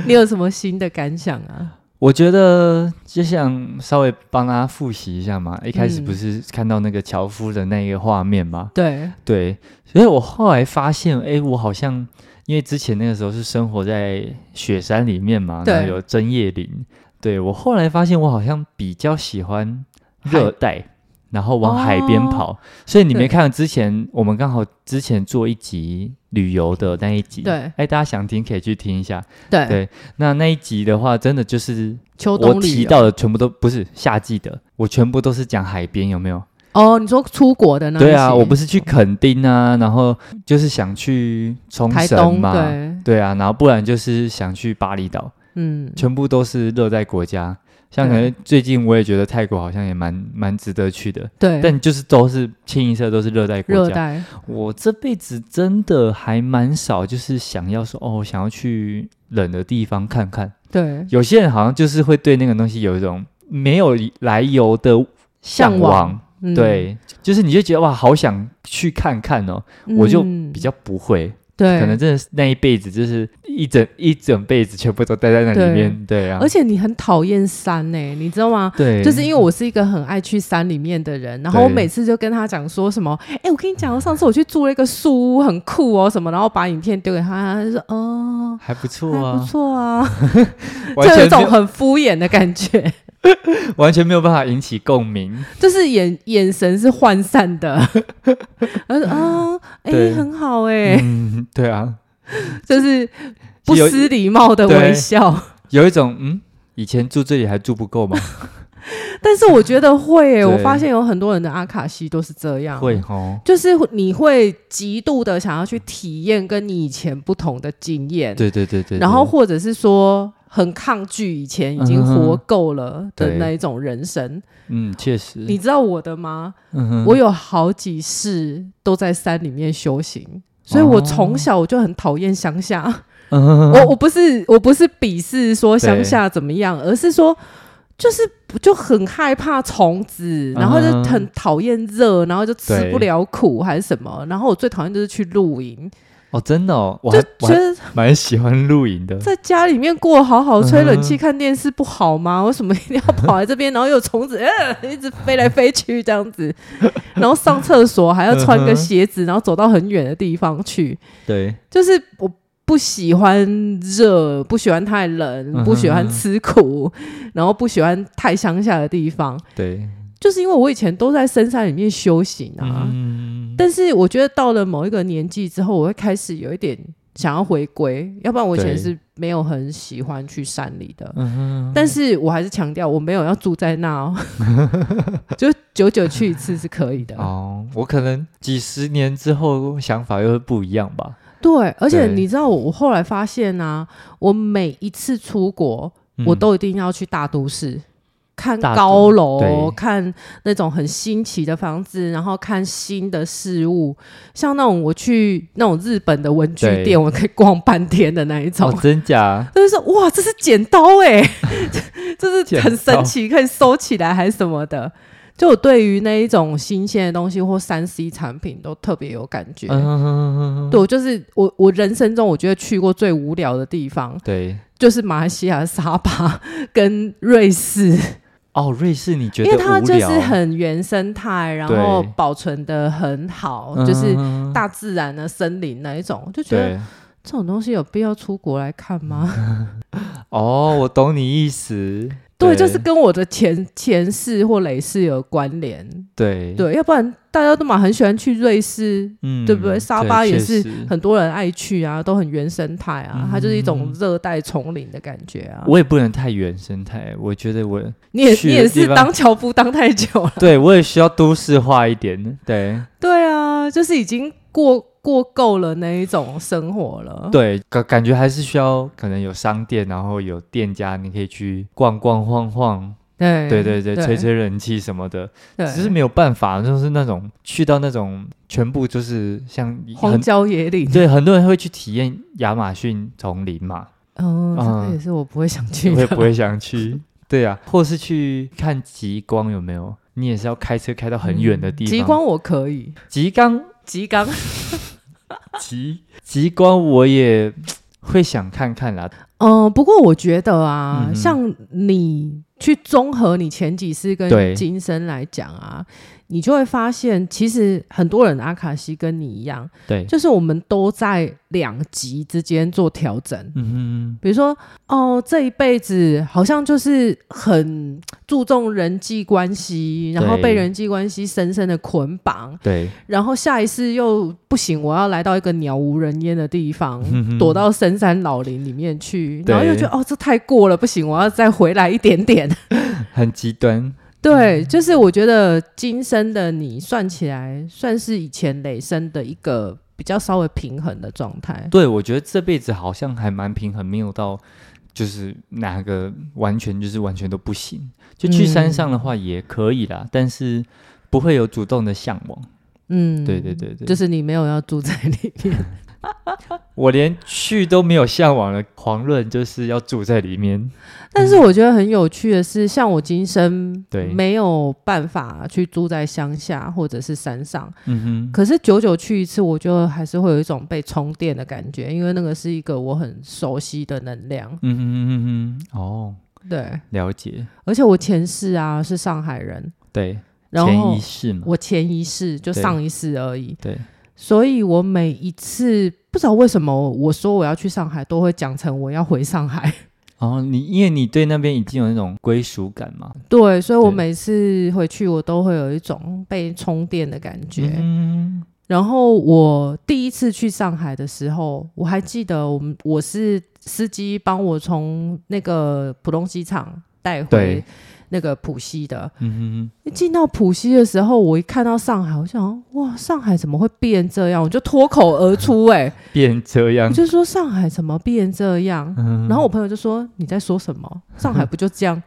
A: 你有什么新的感想啊？
B: 我觉得就像稍微帮大家复习一下嘛，一开始
A: 嗯
B: 不是看到那个樵夫的那个画面嘛，
A: 对，
B: 对，所以我后来发现，哎，我好像因为之前那个时候是生活在雪山里面嘛，
A: 对
B: 然后有针叶林，对我后来发现我好像比较喜欢热带，然后往海边跑，所以你没
A: 哦对
B: 看之前我们刚好之前做一集旅游的那一集，
A: 对
B: 哎，大家想听可以去听一下。
A: 对，
B: 对那那一集的话，真的就是
A: 秋
B: 我
A: 冬旅游
B: 提到的全部都不是夏季的，我全部都是讲海边，有没有？
A: 哦，你说出国的那
B: 对啊，我不
A: 是
B: 是去垦丁啊，然后就是想去冲
A: 台
B: 绳
A: 东
B: 嘛，
A: 对，
B: 对啊，然后不然就是想去巴厘岛，
A: 嗯，
B: 全部都是热带国家。像可
A: 对
B: 能最近我也觉得泰国好像也蛮蛮值得去的，
A: 对，
B: 但就是都是清一色都是热带国
A: 热
B: 家。
A: 带
B: 我这辈子真的还蛮少，就是想要说哦，想要去冷的地方看看。
A: 对
B: 有些人好像就是会对那个东西有一种没有来由的向
A: 向往
B: 往，，
A: 嗯，
B: 对，就是你就觉得哇，好想去看看哦。我就
A: 嗯
B: 比较不会，
A: 对，
B: 可能真的是那一辈子就是一整一整辈子全部都待在那里面，对啊
A: 而，且你很讨厌山呢、你知道吗？
B: 对，
A: 就是因为
B: 为
A: 我是一个很爱去山里面的人，然后我每次就跟他讲说什么，哎、我跟你讲，上次我去住了一个树屋，很酷哦，什么，然后把影片丢给他，他就说，哦，
B: 还不错
A: 还不
B: 啊，
A: 错啊，
B: 完
A: 就有一
B: 全没
A: 种
B: 有
A: 很敷衍的感觉。
B: 完全没有办法引起 共鸣。
A: 就是眼眼神是涣散的。他说啊，哎、
B: 对
A: 很好哎、
B: 嗯，对啊，
A: 就是不
B: 有
A: 失礼貌的微
B: 对
A: 笑。
B: 有一种嗯，以前住这里还住不够吗？
A: 但是我觉得会、欸，
B: 对
A: 我发现有很多人的阿卡西都是这样，
B: 会，哦，
A: 就是你会极度的想要去体验跟你以前不同的经验，
B: 对对对对对嗯
A: 然后或者是说很抗拒以前已经活够了的
B: 对
A: 那一种人生。
B: 嗯，确实，
A: 你知道我的吗？
B: 嗯哼
A: 我有好几世都在山里面修行。所以我从小我就很讨厌乡下，
B: 嗯哼
A: 我我不是我不是鄙视说乡下怎么样，而是说就是就很害怕虫子，然后就
B: 嗯
A: 很讨厌热，然后就吃
B: 对
A: 不了苦还是什么，然后我最讨厌就是去露营，
B: 哦，真的哦，我
A: 就
B: 还我
A: 觉
B: 还
A: 得
B: 蛮喜欢露营的，
A: 在家里面过好好吹冷气、
B: 嗯
A: 看电视不好吗？为什么一定要跑来这边？然后又有虫子， 呃，一直飞来飞去这样 子，然后上厕所还要穿个
B: 嗯哼
A: 鞋子，然后走到很远的地方去，
B: 对，
A: 就是我。不喜欢热，不喜欢太冷，
B: 嗯
A: 不喜欢
B: 哼
A: 吃苦，然后不喜欢太乡下的地方，
B: 对，
A: 就是因为我以前都在深山里面修行啊。
B: 嗯，
A: 但是我觉得到了某一个年纪之后，我会开始有一点想要回归，要不然我以前
B: 对
A: 是没有很喜欢去山里的。
B: 嗯哼
A: 但是我还是强调，我没有要住在那 哦，就久久去一次是可以的。
B: 哦，我可能几十年之后想法又会不一样吧。
A: 对，而且
B: 对
A: 你知道我，我后来发现啊，我每一次出国，
B: 嗯
A: 我都一定要去大都市。看
B: 大都
A: 高楼，
B: 对
A: 看那种很新奇的房子，然后看新的事物，像那种我去那种日本的文具
B: 对
A: 店，我可以逛半天的那一种
B: 哦，，真假？
A: 就是说哇，这是剪刀 哎、这是
B: 剪
A: 很神
B: 刀
A: 奇，可以收起来还是什么的。就我对于那一种新鲜的东西或三 C 产品都特别有感觉。
B: 嗯哼哼哼哼
A: 对，我就是我，我人生中我觉得去过最无聊的地方
B: 对，
A: 就是马来西亚的沙巴 跟瑞士，
B: 哦，瑞士你觉
A: 因
B: 得
A: 为它
B: 无
A: 就是
B: 聊
A: 很原生态，然后
B: 对
A: 保存的很好，
B: 嗯
A: 就是
B: 哼
A: 大自然的森林那一种，我就觉得
B: 对。嗯
A: 这种东西有必要出国来看 吗？
B: 哦，我懂你意思。
A: 对，就是跟我的前前世或累世有关联，
B: 对，
A: 对，要不然大家都嘛很喜欢去瑞士，
B: 嗯，
A: 对不对？沙巴也
B: 确
A: 是
B: 实
A: 很多人爱去啊，都很原生态啊，它就是一种
B: 嗯
A: 热带丛林的感觉啊。
B: 我也不能太原生态，我觉 得我
A: 你也
B: 去
A: 你
B: 的
A: 也
B: 地
A: 是
B: 方
A: 当樵夫当太久了，
B: 对我也需要都市化一点。对
A: 对啊，就是已经过过够了那一种生活了。
B: 对，感感觉还是需要可能有商店，然后有店家，你可以去逛逛晃晃，
A: 对
B: 对对对，
A: 对
B: 吹吹人气什么的。
A: 对，
B: 只是没有办法，就是那种去到那种全部就是像
A: 荒
B: 很
A: 郊野岭，
B: 对很多人会去体验亚马逊丛林嘛，
A: 嗯，这
B: 嗯
A: 个也是我不会想去
B: 会
A: 的。
B: 不会想 去？对啊，或是去看极光有没有？你也是要开车开到很远的地方。
A: 嗯极光我可以，
B: 极光、
A: 极光
B: 极极光，我也会想看看啦。
A: 嗯，不过我觉得啊，
B: 嗯哼
A: 像你去综合你前几世跟
B: 对
A: 今生来讲啊，你就会发现，其实很多人阿卡西跟你一样，
B: 对，
A: 就是我们都在两极之间做调整。
B: 嗯
A: 比如说，哦，这一辈子好像就是很注重人际关系，然后
B: 对
A: 被人际关系深深的捆绑，
B: 哼，对，
A: 然后下一次又不行，我要来到一个鸟无人烟的地方，
B: 嗯哼
A: 躲到深山老林里面去，
B: 对
A: 然后又觉得哦，这太过了，不行，我要再回来一点 点。
B: 很极端。
A: 对，
B: 嗯
A: 就是我觉得今生的你算起来，算是以前累生的一个比较稍微平衡的状态。
B: 对，我觉得这辈子好像还蛮平衡，没有到就是哪个完全就是完全都不行。就去山上的话
A: 嗯
B: 也可以啦，但是不会有主动的向往。
A: 嗯，
B: 对对对对，
A: 就是你没有要住在里面。
B: 我连去都没有向往了，狂论就是要住在里面。
A: 但是我觉得很有趣的是，像我今生
B: 嗯对
A: 没有办法去住在乡下或者是山上。
B: 嗯哼，
A: 可是久久去一次，我就还是会有一种被充电的感觉，因为那个是一个我很熟悉的能量。
B: 嗯哼嗯哼，哦，
A: 对，
B: 了解，
A: 而且我前世啊是上海人，
B: 对，
A: 然
B: 潜
A: 后
B: 意识嘛，
A: 我前一世就
B: 对
A: 上一世而已，
B: 对，
A: 所以我每一次不知道为什么我说我要去上海，都会讲成我要回上海。
B: 哦，你因为你对那边已经有那种归属感嘛，
A: 对，所以我
B: 对
A: 每次回去，我都会有一种被充电的感觉。
B: 嗯，
A: 然后我第一次去上海的时候，我还记得我们我是司机帮我从那个浦东机场带回
B: 对
A: 那个浦西的。
B: 嗯
A: 一进到浦西的时候，我一看到上海，我想哇，上海怎么会变这样？我就脱口而出、哎，
B: 哼，变这样
A: 我，就说上海怎么变这样？
B: 嗯
A: 然后我朋友就说：“你在说什 么？上海不就这样？”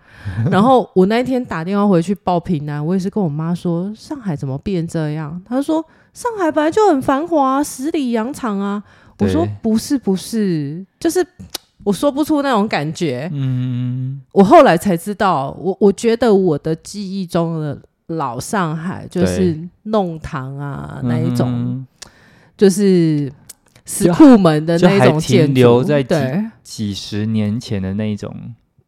A: 然后我那一天打电话回去报平安，我也是跟我妈说：“上海怎么变这样？”她就说：“上海本来就很繁华、啊，十里洋场啊。”我说
B: 对：“
A: 不是，不是，就是我说不出那种感觉。
B: 嗯，
A: 我后来才知道，我我觉得我的记忆中的老上海就是弄堂啊那一种，
B: 嗯
A: 就是石
B: 就
A: 库门的那一
B: 就
A: 种
B: 还
A: 建筑，
B: 停留在几
A: 对。
B: 几十年前的那一种，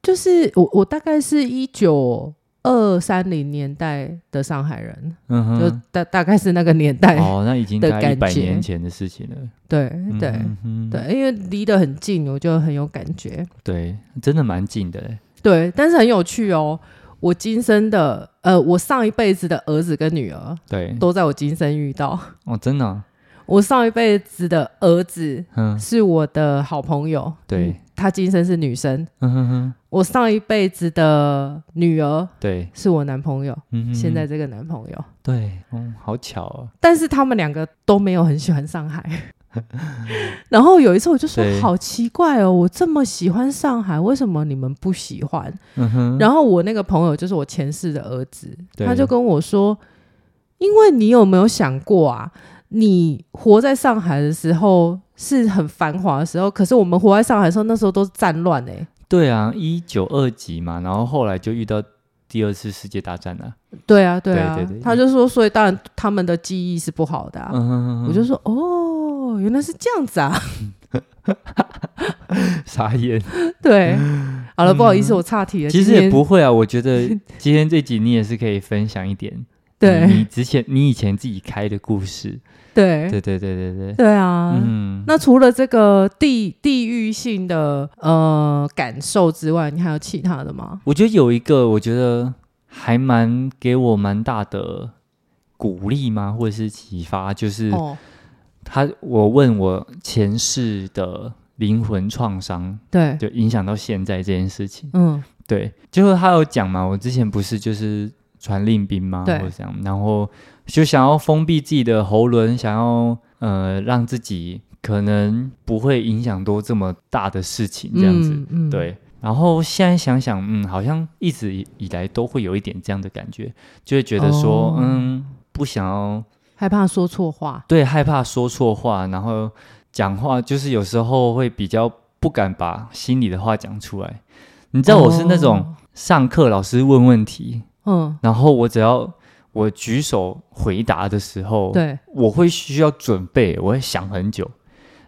A: 就是我我大概是一九二三零年代的上海人，
B: 嗯
A: 就
B: 哼，
A: 大大概是那个年代，
B: 哦，那已经
A: 的
B: 大概一
A: 感
B: 百
A: 觉
B: 年前的事情了，
A: 对对、
B: 嗯哼
A: 对，因为离得很近，我就很有感觉，
B: 对，真的蛮近的欸，
A: 对，但是很有趣哦。我今生的，呃，我上一辈子的儿子跟女儿
B: 对，
A: 都在我今生遇到。
B: 哦，真的啊，
A: 我上一辈子的儿子
B: 嗯，
A: 是我的好朋友，
B: 对，
A: 她今生是女生。
B: 嗯哼哼，
A: 我上一辈子的女儿
B: 对，
A: 是我男朋友，
B: 嗯哼，
A: 现在这个男朋友。
B: 对，嗯，好巧哦，
A: 但是他们两个都没有很喜欢上海。 然后有一次我就说
B: 对：“
A: 好奇怪哦，我这么喜欢上海，为什么你们不喜欢？”
B: 嗯哼，
A: 然后我那个朋友就是我前世的儿子，
B: 对
A: 他就跟我说：“因为你有没有想过啊？你活在上海的时候是很繁华的时候，可是我们活在上海的时候，那时候都是战乱哎、
B: 对啊，一九二几嘛，然后后来就遇到第二次世界大战了。
A: 对啊，对啊。
B: 对对对
A: 他就说：“所以当然他们的记忆是不好的、啊。
B: 嗯哼哼
A: 我就说：“哦，原来是这样子啊。”
B: 傻眼。
A: 对，好了，不好意思，我岔题了。
B: 嗯其实
A: 今天
B: 也不会啊，我觉得今天这集你也是可以分享一点，你你
A: 对
B: 之前你以前自己开的故事。
A: 对
B: 嗯对对对对对，
A: 对啊。
B: 嗯，
A: 那除了这个地地域性的呃感受之外，你还有其他的吗？
B: 我觉得有一个，我觉得还蛮给我蛮大的鼓励吗，或者是启发，就是
A: 哦，
B: 他我问我前世的灵魂创伤，
A: 对，
B: 就影响到现在这件事情。
A: 嗯，
B: 对，就是他有讲嘛，我之前不是就是传令兵吗？
A: 对
B: 或者这样，然后就想要封闭自己的喉轮，想要呃让自己可能不会影响多这么大的事情这样子。
A: 嗯，嗯，
B: 对，然后现在想想，嗯，好像一直以以来都会有一点这样的感觉，就会觉得说，
A: 哦
B: 嗯，不想要
A: 害怕说错话，
B: 对，害怕说错话，然后讲话就是有时候会比较不敢把心里的话讲出来。你知道我是那种上课老师问问题，
A: 哦，
B: 然后我只要我举手回答的时候，
A: 嗯，，对，
B: 我会需要准备，我会想很久，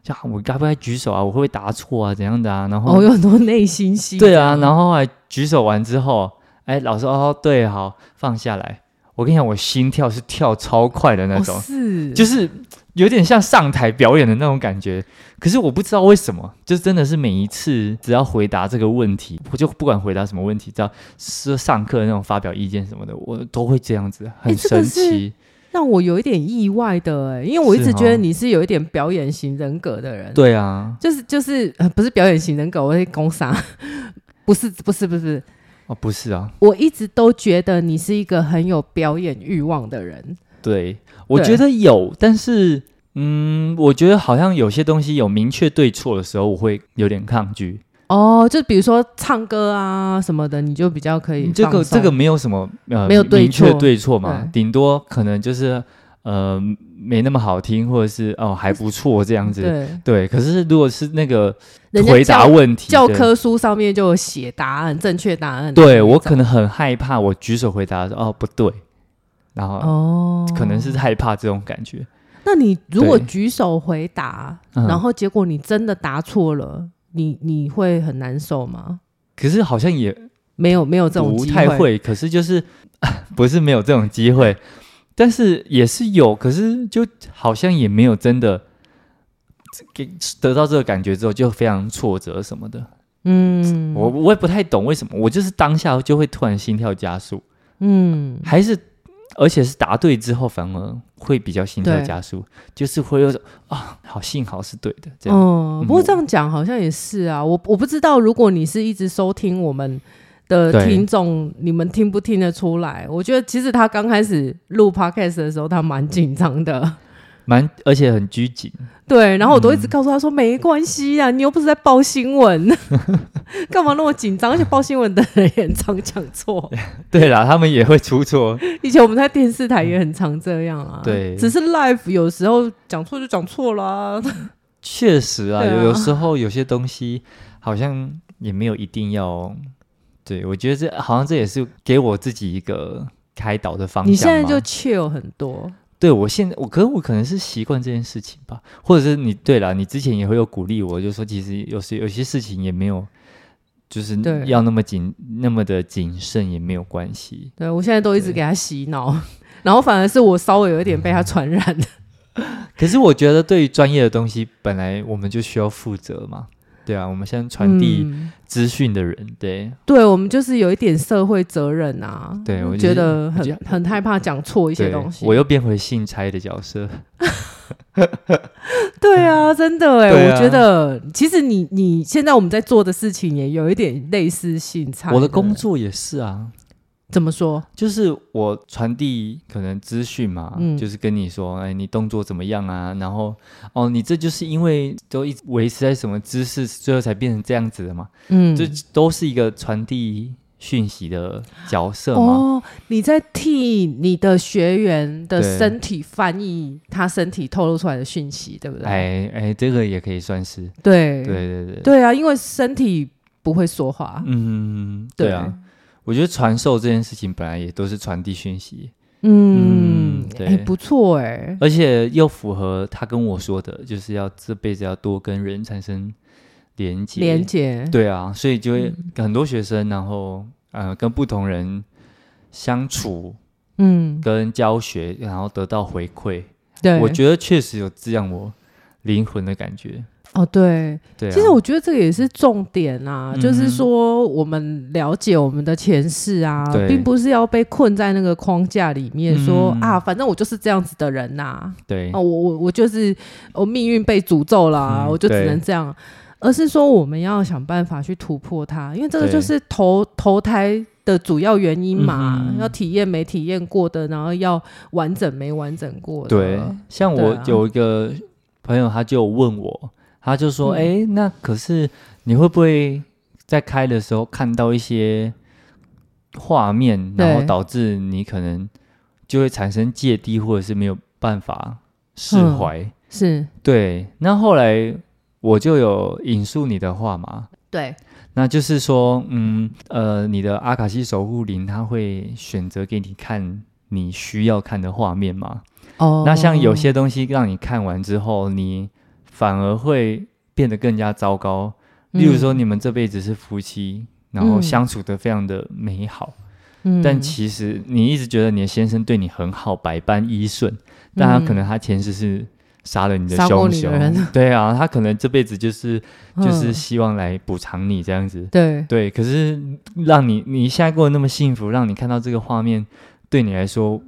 B: 就啊我该不该举手啊？我会不会答错啊？怎样的啊？然后、
A: 哦，有很多内心戏，哦
B: 对啊，然后后来举手完之后，哎，老师哦，对，好，放下来。我跟你讲，我心跳是跳超快的那
A: 哦
B: 种，
A: 是，
B: 就是有点像上台表演的那种感觉。可是我不知道为什么，就真的是每一次只要回答这个问题，我就不管回答什么问题，只要是上课那种发表意见什么的，我都会这样子，很
A: 这个
B: 神
A: 是
B: 奇。
A: 让我有一点意外的，哎，因为我一
B: 是
A: 直觉得
B: 哦
A: 你是有一点表演型人格的人，
B: 对啊，
A: 就是就是呃不是表演型人格，我会攻杀，不是不是不是，
B: 哦，不是啊，
A: 我一直都觉得你是一个很有表演欲望的人，
B: 对，我
A: 对
B: 觉得有，但是。嗯，我觉得好像有些东西有明确对错的时候，我会有点抗拒。
A: 哦，就比如说唱歌啊什么的，你就比较可以
B: 嗯这个
A: 放松
B: 这个没有什么呃
A: 没有对
B: 明确
A: 错
B: 对错嘛
A: 对，
B: 顶多可能就是呃没那么好听，或者是哦还不错这样子。
A: 对，
B: 对，可是如果是那个
A: 人
B: 回
A: 家
B: 答
A: 教
B: 问题
A: 教
B: 的，
A: 科书上面就有写答案，正确答案的那一
B: 对
A: 种，
B: 我可能很害怕，我举手回答说哦不对，然后
A: 哦，
B: 啊可能是害怕这种感觉。
A: 那你如果
B: 对
A: 举手回答，
B: 嗯
A: 然后结果你真的答错了，你你会很难受吗？
B: 可是好像也
A: 没有没有这种
B: 不
A: 机
B: 太
A: 会，
B: 会，可是就是 不是没有这种机会，但是也是有，可是就好像也没有真的给得到这个感觉之后就非常挫折什么的。
A: 嗯
B: 我我也不太懂为什么，我就是当下就会突然心跳加速，
A: 嗯，
B: 还是而且是答对之后反而会比较心跳
A: 对
B: 加速，就是会有种啊，好幸好是对的这样。
A: 嗯，不过
B: 我
A: 这样讲好像也是啊，我我不知道，如果你是一直收听我们的
B: 对
A: 听众，你们听不听得出来？我觉得其实他刚开始录 podcast 的时候，他蛮紧张的。
B: 蛮而且很拘谨，
A: 对，然后我都一
B: 嗯
A: 直告诉他说、没关系啊，你又不是在报新闻， 干嘛那么紧张？而且报新闻的人也很常讲错，
B: 对啦，他们也会出错，
A: 以前我们在电视台也很常这样啊。
B: 嗯对
A: 只是 live 有时候讲错就讲错啦。
B: 确实啊，
A: 对啊
B: 有有时候有些东西好像也没有一定要，对我觉得这好像这也是给我自己一个开导的方向 嘛。
A: 你现在就 chill 很多，
B: 对我现在我，可是我可能是习惯这件事情吧，或者是你对啦，你之前也会有鼓励我，就说其实有时有些事情也没有，就是
A: 对
B: 要那么谨那么的谨慎也没有关系。
A: 对我现在都一直
B: 对嗯
A: 给他洗脑， 然后反而是我稍微有一点被他传染。
B: 可是我觉得对于专业的东西，本来我们就需要负责嘛，对啊，我们现在传递
A: 嗯
B: 资讯的人，对，
A: 对我们就是有一点社会责任啊。
B: 对我就
A: 觉
B: 是
A: 得
B: 我觉
A: 很
B: 得
A: 很害怕讲错一些
B: 对
A: 东西。
B: 我又变回信差的 角色，
A: 对啊，真的哎、
B: 对啊
A: 我觉得其实你你现在我们在做的事情也有一点类似性差。
B: 我的工作也是啊，
A: 怎么说？
B: 就是我传递可能资讯嘛，
A: 嗯
B: 就是跟你说，哎，你动作怎么样啊？然后，哦，你这就是因为都一直维持在什么姿势，最后才变成这样子的嘛。
A: 嗯，
B: 这、都是一个传递讯息的角色嘛。
A: 哦，你在替你的学员的
B: 对
A: 身体翻译他身体透露出来的讯息，对不对？
B: 哎哎，这个也可以算是，
A: 对
B: 对对对，
A: 对啊，因为身体不会说话。
B: 嗯，对啊。我觉得传授这件事情本来也都是传递讯息，
A: 嗯
B: 嗯，
A: 哎、
B: 对
A: 不错哎、
B: 而且又符合他跟我说的，就是要这辈子要多跟人产生连接，
A: 连接，嗯
B: 对啊，所以就会很多学生，然后呃，跟不同人相处、
A: 嗯，
B: 跟教学，然后得到回馈，
A: 对，
B: 我觉得确实有滋养我灵魂的感觉。
A: 哦，对，
B: 对、啊，
A: 其实我觉得这个也是重点啊，
B: 嗯哼
A: 就是说我们了解我们的前世啊，
B: 对
A: 并不是要被困在那个框架里面
B: 嗯
A: 说啊，反正我就是这样子的人呐、
B: 对
A: 啊，我我我就是我命运被诅咒了啊、
B: 嗯
A: 我就只
B: 对
A: 能这样。而是说我们要想办法去突破它，因为这个
B: 对
A: 就是投投胎的主要原因嘛，
B: 嗯哼
A: 要体验没体验过的，然后要完整没完整过的。
B: 对，像
A: 对
B: 我
A: 啊
B: 有一个朋友，他就问我，他就说：“
A: 嗯
B: 哎、那可是你会不会在开的时候看到一些画面，然后
A: 对
B: 导致你可能就会产生芥蒂，或者是没有办法释
A: 嗯
B: 怀？”
A: 是，
B: 对，那后来我就有引述你的话嘛，
A: 对，
B: 那就是说，嗯，呃，你的阿卡西守护灵他会选择给你看你需要看的画面嘛？
A: 哦
B: 那像有些东西让你看完之后，你反而会变得更加糟糕。例如说，你们这辈子是夫妻，然后
A: 嗯
B: 相处的非常的美好，
A: 嗯，
B: 但
A: 嗯
B: 其实你一直觉得你的先生对你很好，百般依顺，但
A: 嗯
B: 他可能他前世是杀了你的
A: 杀过
B: 凶
A: 你
B: 手
A: 的人，
B: 对啊，他可能这辈子就是就
A: 嗯
B: 是希望来补偿你这样子，
A: 对，
B: 对。可是让你你现在过得那么幸福，让你看到这个画面，对你来说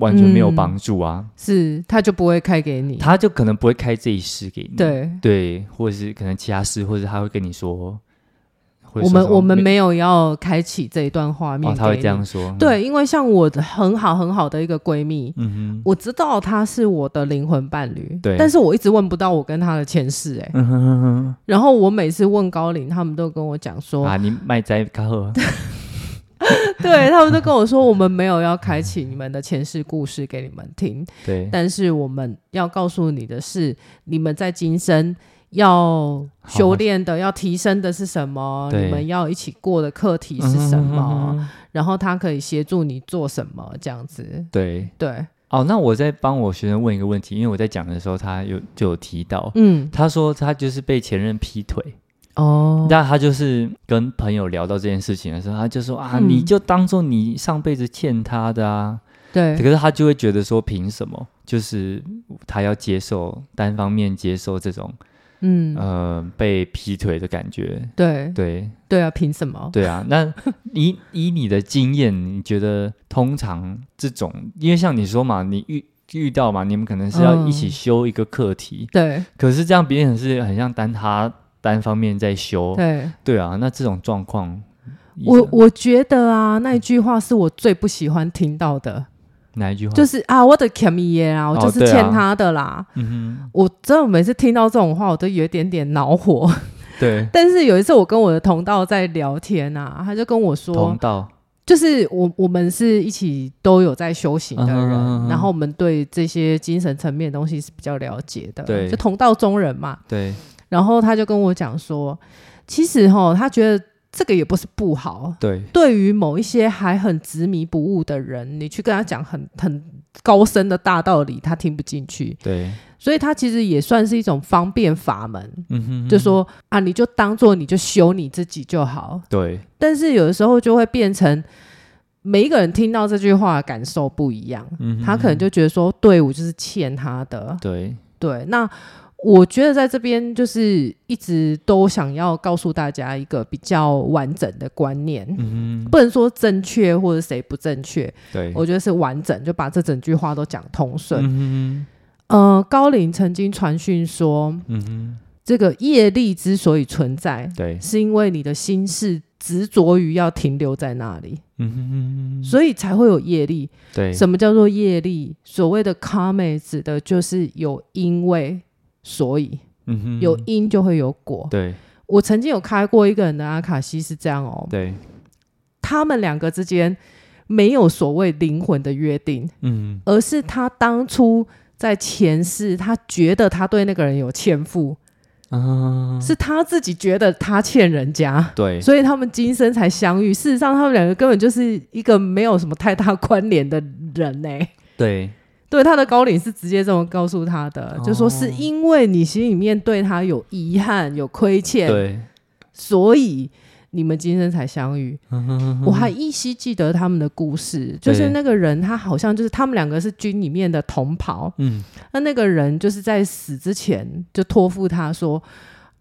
B: 完全没有
A: 嗯
B: 帮助啊，
A: 是他就不会开给你，
B: 他就可能不会开这一世给你，
A: 对。
B: 对，或者是可能其他事，或者他会跟你说，会
A: 我
B: 说
A: 们
B: 什么
A: 我们没有要开启这一段画面、
B: 哦，他会这样。说，，
A: 对，因为像我的很好很好的一个闺蜜，
B: 嗯哼，
A: 我知道她是我的灵魂伴侣，
B: 对
A: 但是我一直问不到我跟她的前世、 哎、
B: 嗯哼哼哼
A: 然后我每次问高龄，他们都跟我讲说，
B: 啊，你卖在卡赫。
A: 对他们都跟我说，我们没有要开启你们的前世故事给你们听，
B: 对，
A: 但是我们要告诉你的是，你们在今生要修炼的、要提升的是什么？
B: 对
A: 你们要一起过的课题是什么？
B: 嗯？嗯嗯嗯
A: 然后它可以协助你做什么？这样子，
B: 对，
A: 对，
B: 哦，那我在帮我学生问一个问题，因为我在讲的时候，他有就有提到，
A: 嗯，
B: 他说他就是被前任劈腿，
A: 哦，
B: 那、他就是跟朋友聊到这件事情的时候，他就说啊，
A: 嗯
B: 你就当做你上辈子欠他的啊，可
A: 对，
B: 是他就会觉得说，凭什么？就是他要接受单方面接受这种
A: 嗯，
B: 呃被劈腿的感觉。
A: 对
B: 对
A: 对啊，凭什么？
B: 对啊，那以以你的经验，你觉得通常这种，因为像你说嘛，你遇遇到嘛，你们可能是要一起
A: 嗯
B: 修一个课题，
A: 对
B: 可是这样别人是很像单他单方面在修，
A: 对，
B: 对啊，那这种状况，
A: 我我觉得啊，那一句话是我最不喜欢听到的，
B: 哪一句话？
A: 就是啊，我的 c a m 耶啊，我
B: 啊哦
A: 就是
B: 对啊
A: 欠他的啦。
B: 嗯
A: 我真的每次听到这种话，我都有一点点恼火。
B: 哼，对，
A: 但是有一次，我跟我的同道在聊天啊，他就跟我说
B: 同，道，
A: 就是我我们是一起都有在修行的人，
B: 嗯哼嗯哼
A: 然后我们对这些精神层面的东西是比较了解的，
B: 对
A: 就同道中人嘛。
B: 对
A: 然后他就跟我讲说，其实哈，他觉得这个也不是不好。
B: 对，
A: 对于某一些还很执迷不悟的人，你去跟他讲很很高深的大道理，他听不进去，
B: 对，
A: 所以他其实也算是一种方便法门，
B: 嗯哼，
A: 就说啊，你就当做你就修你自己就好。
B: 对
A: 但是有的时候就会变成每一个人听到这句话的感受不一样，
B: 嗯哼
A: 他可能就觉得说，对我就是欠他的，
B: 对，
A: 对，那我觉得在这边就是一直都想要告诉大家一个比较完整的观念，
B: 嗯哼，
A: 不能说正确或者谁不正确，
B: 对，
A: 我觉得是完整，就把这整句话都讲通顺。
B: 嗯
A: 呃，高龄曾经传讯说，
B: 哼，嗯哼，
A: 这个业力之所以存在，
B: 对，
A: 是因为你的心是执着于要停留在那里，
B: 嗯哼嗯哼，
A: 所以才会有业力。
B: 对，
A: 什么叫做业力？所谓的 karma 指的就是有因为所以。
B: 嗯哼，
A: 有因就会有果。
B: 对
A: 我曾经有开过一个人的阿卡西是这样哦，
B: 对，
A: 他们两个之间没有所谓灵魂的约定，
B: 嗯
A: 而是他当初在前世，他觉得他对那个人有欠负，
B: 啊，
A: 是他自己觉得他欠人家。
B: 对，
A: 所以他们今生才相遇。事实上，他们两个根本就是一个没有什么太大关联的人呢、
B: 对
A: 对，他的高领是直接这么告诉他的，就说是
B: 哦
A: 因为你心里面对他有遗憾、有亏欠，
B: 对，
A: 所以你们今天才相遇。
B: 嗯哼
A: 我还依稀记得他们的故事，就是那个人他好像就是他们两个是军里面的同袍，
B: 嗯
A: 那那个人就是在死之前就托付他说。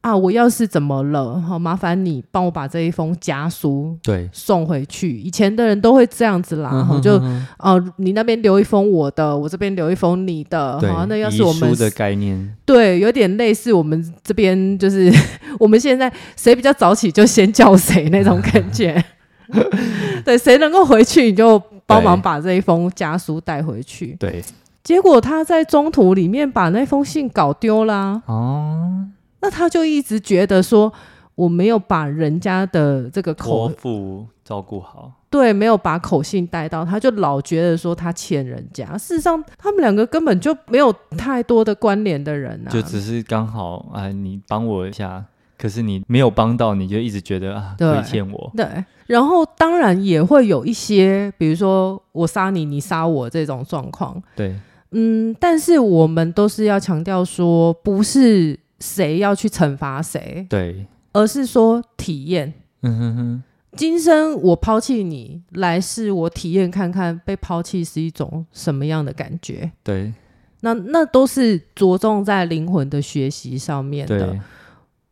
A: 啊！我要是怎么了，好麻烦你帮我把这一封家书
B: 对，
A: 送回去。以前的人都会这样子啦，
B: 嗯
A: 吼
B: 哼
A: 就
B: 嗯哼
A: 哦、你那边留一封我的，我这边留一封你的，
B: 对
A: 好，那要
B: 遗
A: 是我们
B: 书的概念，
A: 对，有点类似我们这边就是 我们现在谁比较早起就先叫谁那种感 觉。对，谁能够回去你就帮忙把这一封家书带回去。
B: 对，
A: 结果他在中途里面把那封信搞丢啦、
B: 哦，
A: 那他就一直觉得说我没有把人家的这个
B: 托
A: 口
B: 付照顾好，
A: 对没有把口信带到，他就老觉得说他欠人家。事实上，他们两个根本就没有太多的关联的人啊，
B: 就只是刚好啊，你帮我一下，可是你没有帮到，你就一直觉得啊，
A: 对
B: 亏欠我，
A: 对，然后当然也会有一些，比如说我杀你，你杀我这种状况。
B: 对，
A: 嗯，但是我们都是要强调说，不是谁要去惩罚谁，
B: 对，
A: 而是说体验。
B: 嗯哼哼，
A: 今生我抛弃你，来世我体验看看被抛弃是一种什么样的感觉。
B: 对
A: 那那都是着重在灵魂的学习上面的
B: 对。，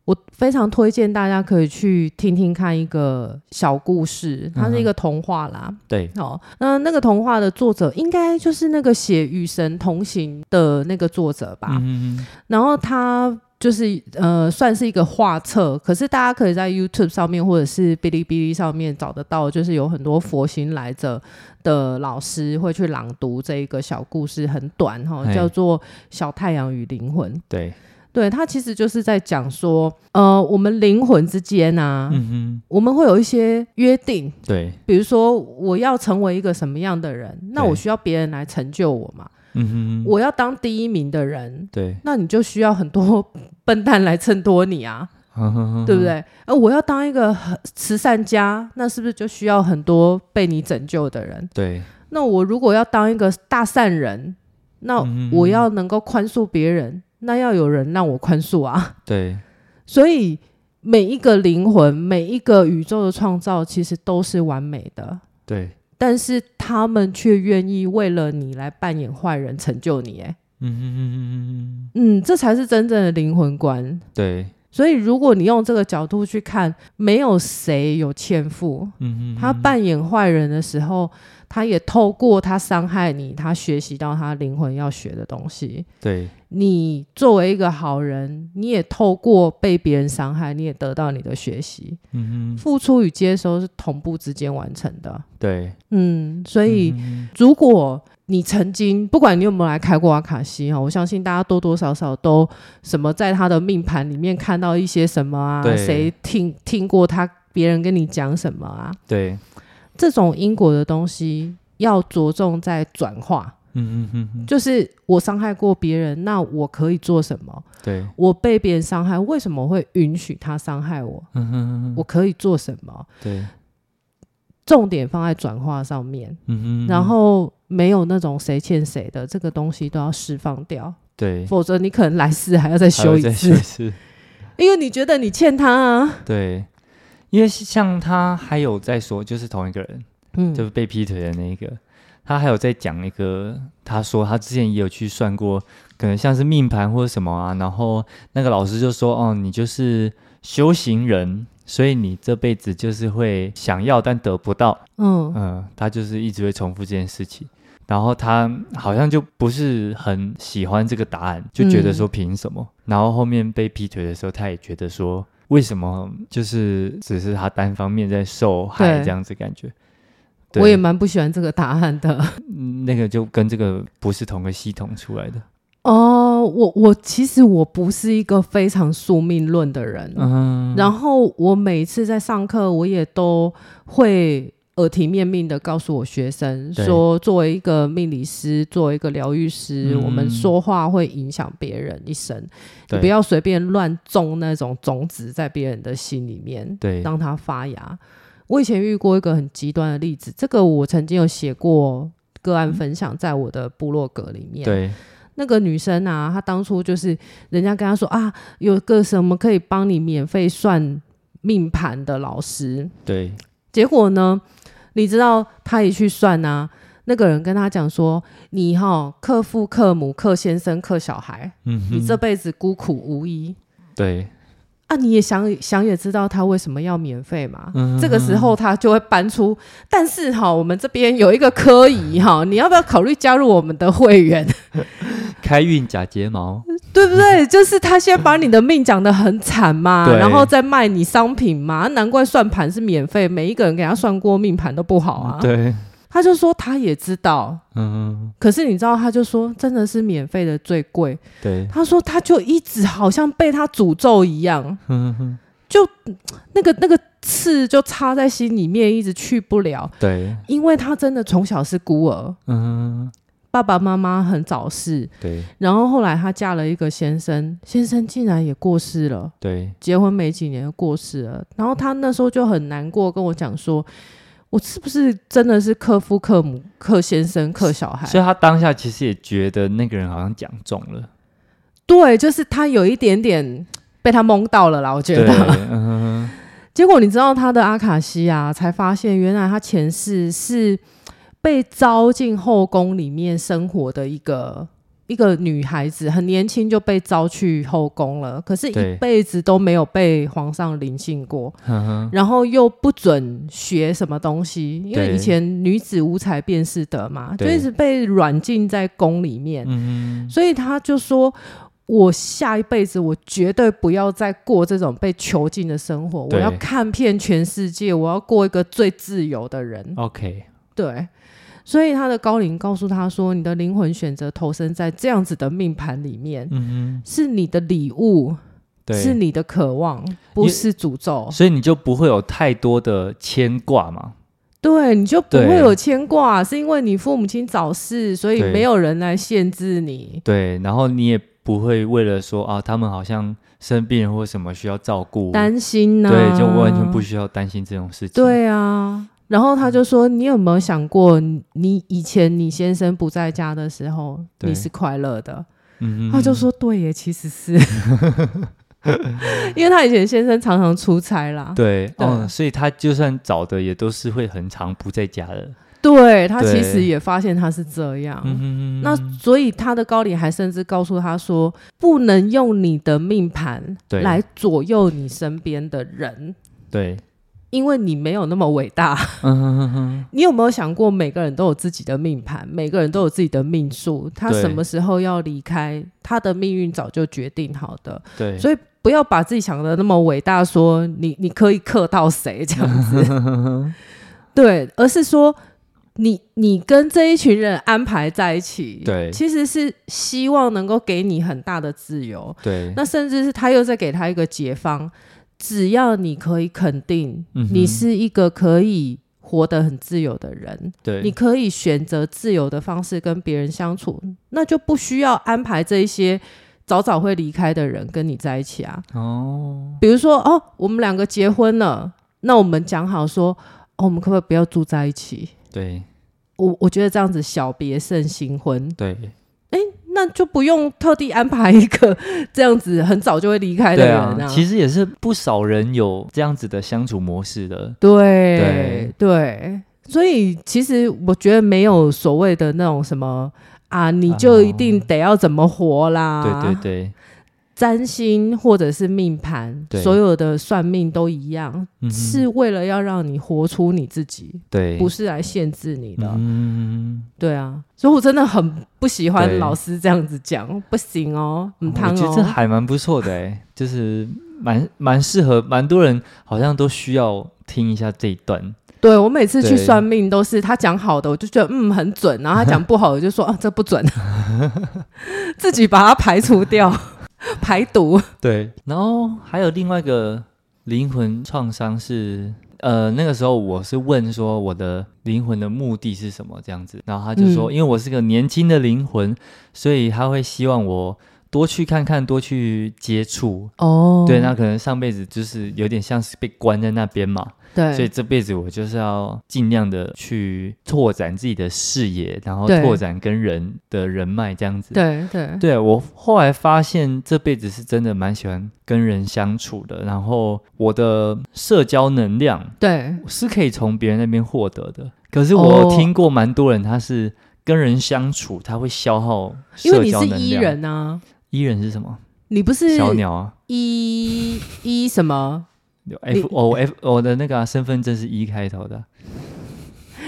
A: 我非常推荐大家可以去听听看一个小故事，它是一个童话啦。
B: 对，
A: 哦，那那个童话的作者应该就是那个写《与神同行》的那个作者吧？
B: 嗯哼哼，
A: 然后他就是呃，算是一个画册，可是大家可以在 YouTube 上面或者是哔哩哔哩上面找得到，就是有很多佛心来着的老师会去朗读这一个小故事，很短哈、
B: 嘿
A: 叫做《小太阳与灵魂》。
B: 对，
A: 对，他其实就是在讲说，呃，我们灵魂之间啊，
B: 嗯哼，
A: 我们会有一些约定。
B: 对，
A: 比如说，我要成为一个什么样的人，那
B: 对
A: 我需要别人来成就我嘛。
B: 嗯哼，
A: 我要当第一名的人，
B: 对，
A: 那你就需要很多 笨蛋来衬托你啊，
B: 嗯哼哼
A: 对不？对？而我要当一个很慈善家，那是不是就需要很多被你拯救的人？
B: 对，
A: 那我如果要当一个大善人，那
B: 嗯
A: 我要能够宽恕别人，那要有人让我宽恕啊。
B: 对，
A: 所以每一个灵魂，每一个宇宙的创造，其实都是完美的。
B: 对，
A: 但是他们却愿意为了你来扮演坏人，成就你。哎，
B: 嗯哼哼哼哼
A: 嗯，这才是真正的灵魂观。
B: 哼，对，
A: 所以，如果你用这个角度去看，没有谁有欠负。
B: 嗯哼哼哼，
A: 他扮演坏人的时候，他也透过他伤害你，他学习到他灵魂要学的东西。
B: 对，
A: 你作为一个好人，你也透过被别人伤害，你也得到你的学习。
B: 嗯哼，
A: 付出与接收是同步之间完成的。
B: 对，
A: 嗯，所以。
B: 嗯哼
A: 如果你曾经，不管你有没有来开过阿卡西哈，我相信大家多多少少都什么在他的命盘里面看到一些什么啊，
B: 对
A: 谁听听过他别人跟你讲什么啊，
B: 对，
A: 这种因果的东西要着重在转化，
B: 嗯哼哼哼，
A: 就是我伤害过别人，那我可以做什么？
B: 对，
A: 我被别人伤害，为什么会允许他伤害我？
B: 嗯哼哼
A: 我
B: 哼，
A: 可以做什么？
B: 对，
A: 重点放在转化上面，
B: 嗯哼哼，
A: 然后没有那种谁欠谁的这个东西都要释放掉。
B: 对，
A: 否则你可能来世还要再
B: 还
A: 修
B: 会
A: 一
B: 再
A: 次
B: 修一，次，
A: 因为你觉得你欠他啊。
B: 对，因为像他还有在说，就是同一个人，
A: 嗯，
B: 就是被劈腿的那一个，他还有在讲一个，他说他之前也有去算过，可能像是命盘或者什么啊，然后那个老师就说，哦，你就是修行人，所以你这辈子就是会想要但得不到，
A: 嗯
B: 嗯，他就是一直会重复这件事情。然后他好像就不是很喜欢这个答案，就觉得说凭什么？然后后面被劈腿的时候，他也觉得说为什么就是只是他单方面在受害
A: 对
B: 这样子感觉。对
A: 我也蛮不喜欢这个答案的。
B: 嗯那个就跟这个不是同个系统出来的。
A: 哦，我我其实我不是一个非常宿命论的人，
B: 嗯，
A: 然后我每次在上课，我也都会。耳提面命的告诉我学生
B: 对
A: 说，作为一个命理师，作为一个疗愈师，
B: 嗯
A: 我们说话会影响别人一生，你
B: 对
A: 不要随便乱种那种种子在别人的心里面。
B: 对，
A: 让它发芽。我以前遇过一个很极端的例子，这个我曾经有写过个案分享在我的部落格里面。，
B: 嗯对，
A: 那个女生啊，她当初就是人家跟她说啊，有个什么可以帮你免费算命盘的老师，
B: 对，
A: 结果呢，你知道她一去算啊，那个人跟她讲说，你哈、克父克母克先生克小孩，
B: 嗯哼，
A: 你这辈子孤苦无依。
B: 对，
A: 啊，你也想想也知道他为什么要免费嘛？
B: 嗯
A: 这个时候他就会搬出，但是哈，我们这边有一个科仪 哈，你要不要考虑加入我们的会员？
B: 开运假睫毛，
A: 对不 对？就是他先把你的命讲得很惨 嘛，
B: 对
A: 然后再卖你商品嘛，啊难怪算盘是免费，每一个人给他算过命盘都不好啊。
B: 对，
A: 他就说他也知道，
B: 嗯，
A: 可是你知道，他就说真的是免费的最贵。
B: 对，
A: 他说他就一直好像被他诅咒一样，
B: 嗯哼，
A: 就那个那个刺就插在心里面，一直去不了，
B: 对，
A: 因为他真的从小是孤儿，
B: 嗯，
A: 爸爸妈妈很早逝，
B: 对，
A: 然后后来她嫁了一个先生，先生竟然也过世了，
B: 对，
A: 结婚没几年就过世了，然后她那时候就很难过，跟我讲说。我是不是真的是克夫、克母、克先生、克小孩？
B: 所以他当下其实也觉得那个人好像讲中了，
A: 对，就是他有一点点被他蒙到了啦，我觉
B: 对，
A: 得。
B: 嗯哼，
A: 结果你知道他的阿卡西啊，才发现原来他前世是被招进后宫里面生活的一个一个女孩子，很年轻就被招去后宫了，可是
B: 对
A: 一辈子都没有被皇上临幸过，
B: 嗯哼，
A: 然后又不准学什么东西，因为
B: 对
A: 以前女子无才便是德嘛，就
B: 对
A: 一直被软禁在宫里面，
B: 嗯哼，
A: 所以他就说：“我下一辈子我绝对不要再过这种被囚禁的生活，我
B: 对
A: 要看遍全世界，我要过一个最自由的
B: 嗯
A: 人。
B: OK，
A: 对，所以他的高龄告诉他说：“你的灵魂选择投身在这样子的命盘里面，
B: 嗯哼，
A: 是你的礼物，是
B: 对，
A: 你的渴望，不是诅咒。
B: 所以你就不会有太多的牵挂嘛，
A: 对，你就不会
B: 对
A: 有牵挂，是因为你父母亲早逝，所以
B: 对
A: 没有人来限制你。
B: 对，然后你也不会为了说啊，他们好像生病或什么需要照顾，
A: 担心呐、
B: 对，就完全不需要担心这种事情。，
A: 对啊，然后他就说：“你有没有想过，你以前你先生不在家的时候，
B: 对
A: 你是快乐的？”
B: 嗯
A: 他啊就，说：“对耶，其实 是，因为他以前先生常常出差啦。
B: 对，哦
A: 对
B: 嗯，所以他就算找的也都是会很常不在家的，
A: 对他其实
B: 对
A: 也发现他是这样。
B: 嗯哼
A: 那所以他的高领还甚至告诉他说，不能用你的命盘
B: 对
A: 来左右你身边的人，
B: 对，
A: 因为你没有那么伟大。
B: 嗯哼哼哼，
A: 你有没有想过，每个人都有自己的命盘，每个人都有自己的命数，他
B: 对
A: 什么时候要离开，他的命运早就决定好的。
B: 对，
A: 所以不要把自己想的那么伟大，说你你可以克到谁这样子， 对，而是说你你跟这一群人安排在一起，
B: 对
A: 其实是希望能够给你很大的自由，
B: 对，
A: 那甚至是他又在给他一个解放，只要你可以肯定
B: 嗯哼
A: 你是一个可以活得很自由的人，
B: 对，
A: 你可以选择自由的方式跟别人相处，那就不需要安排这一些早早会离开的人跟你在一起啊。
B: 哦，
A: 比如说，哦，我们两个结婚了，那我们讲好说，哦，我们可不可以不要住在一起？
B: 对
A: 我我觉得这样子小别胜新婚，
B: 对
A: 那就不用特地安排一个 这样子很早就会离开的
B: 对
A: 人
B: 啊，其
A: 哎对
B: 实也是不少人有这样子的相处模式的，
A: 对所以其实我觉得没有所谓的那种什么啊，你就一定得要怎么活啦，
B: 对对对，
A: 占星或者是命盘，
B: 对
A: 所有的算命都一样，
B: 嗯哼
A: 是为了要让你活出你自己，
B: 对，
A: 不是来限制你的。
B: 嗯，
A: 对啊，所以我真的很不喜欢
B: 对
A: 老师这样子讲，不行哦，很
B: 嗯我
A: 烫
B: 觉得这
A: 哦。
B: 还蛮不错的哎，就是蛮蛮适合，蛮多人好像都需要听一下这一段。
A: 对我每次去
B: 对
A: 算命都是他讲好的，我就觉得嗯很准，然后他讲不好，我就说啊这不准， 自己把它排除掉， 排毒。
B: 对，然后还有另外一个灵魂创伤是，呃，那个时候我是问说我的灵魂的目的是什么这样子，然后他就说，
A: 嗯
B: 因为我是个年轻的灵魂，所以他会希望我多去看看，多去接触。
A: 哦
B: 对，那可能上辈子就是有点像是被关在那边嘛，
A: 对，
B: 所以这辈子我就是要尽量的去拓展自己的视野，然后
A: 对
B: 拓展跟人的人脉这样子。
A: 对对
B: 对我后来发现，这辈子是真的蛮喜欢跟人相处的，然后我的社交能量
A: 对，
B: 是可以从别人那边获得的。可是我有
A: 哦
B: 听过蛮多人，他是跟人相处，他会消耗
A: 因为
B: 社
A: 你
B: 交
A: 是
B: 能量。E
A: 伊，人啊，
B: 是什么？
A: 你不是
B: 小鸟啊
A: 一一什么？
B: 有，F 我 F 我的那个啊、身份证是一开头的。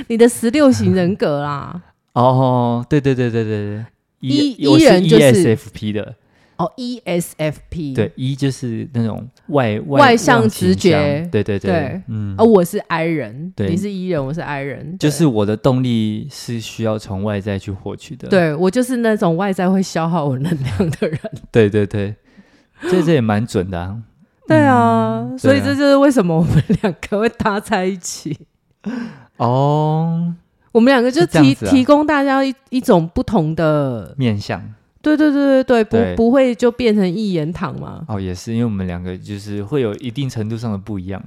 A: 你的十六 型人格啊啦，
B: 哦，对对对对对对。
A: E-
B: 我
A: E 人就是
B: ESFP 的，
A: 哦，ESFP。
B: 对，一就是那种外
A: 外向
B: 望倾
A: 直觉
B: 向对对
A: 对
B: 嗯，
A: 哦，我是 I 人，
B: 对
A: 你是 E 人，我是 I 人，
B: 就
A: 对
B: 是我的动力是需要从外在去获取的。
A: 对我就是那种外在会消耗我能量的人。
B: 对对对，这这也蛮准的、啊。
A: 对啊，所以
B: 对啊
A: 这就是为什么我们两个会搭在一起。
B: 哦，
A: 我们两个就是
B: 这样
A: 提
B: 子啊
A: 提供大家一一种不同的，
B: 面相
A: 对对对对对，
B: 对
A: 不不会就变成一言堂嘛。
B: 哦，也是因为我们两个就是会有一定程度上的不一样。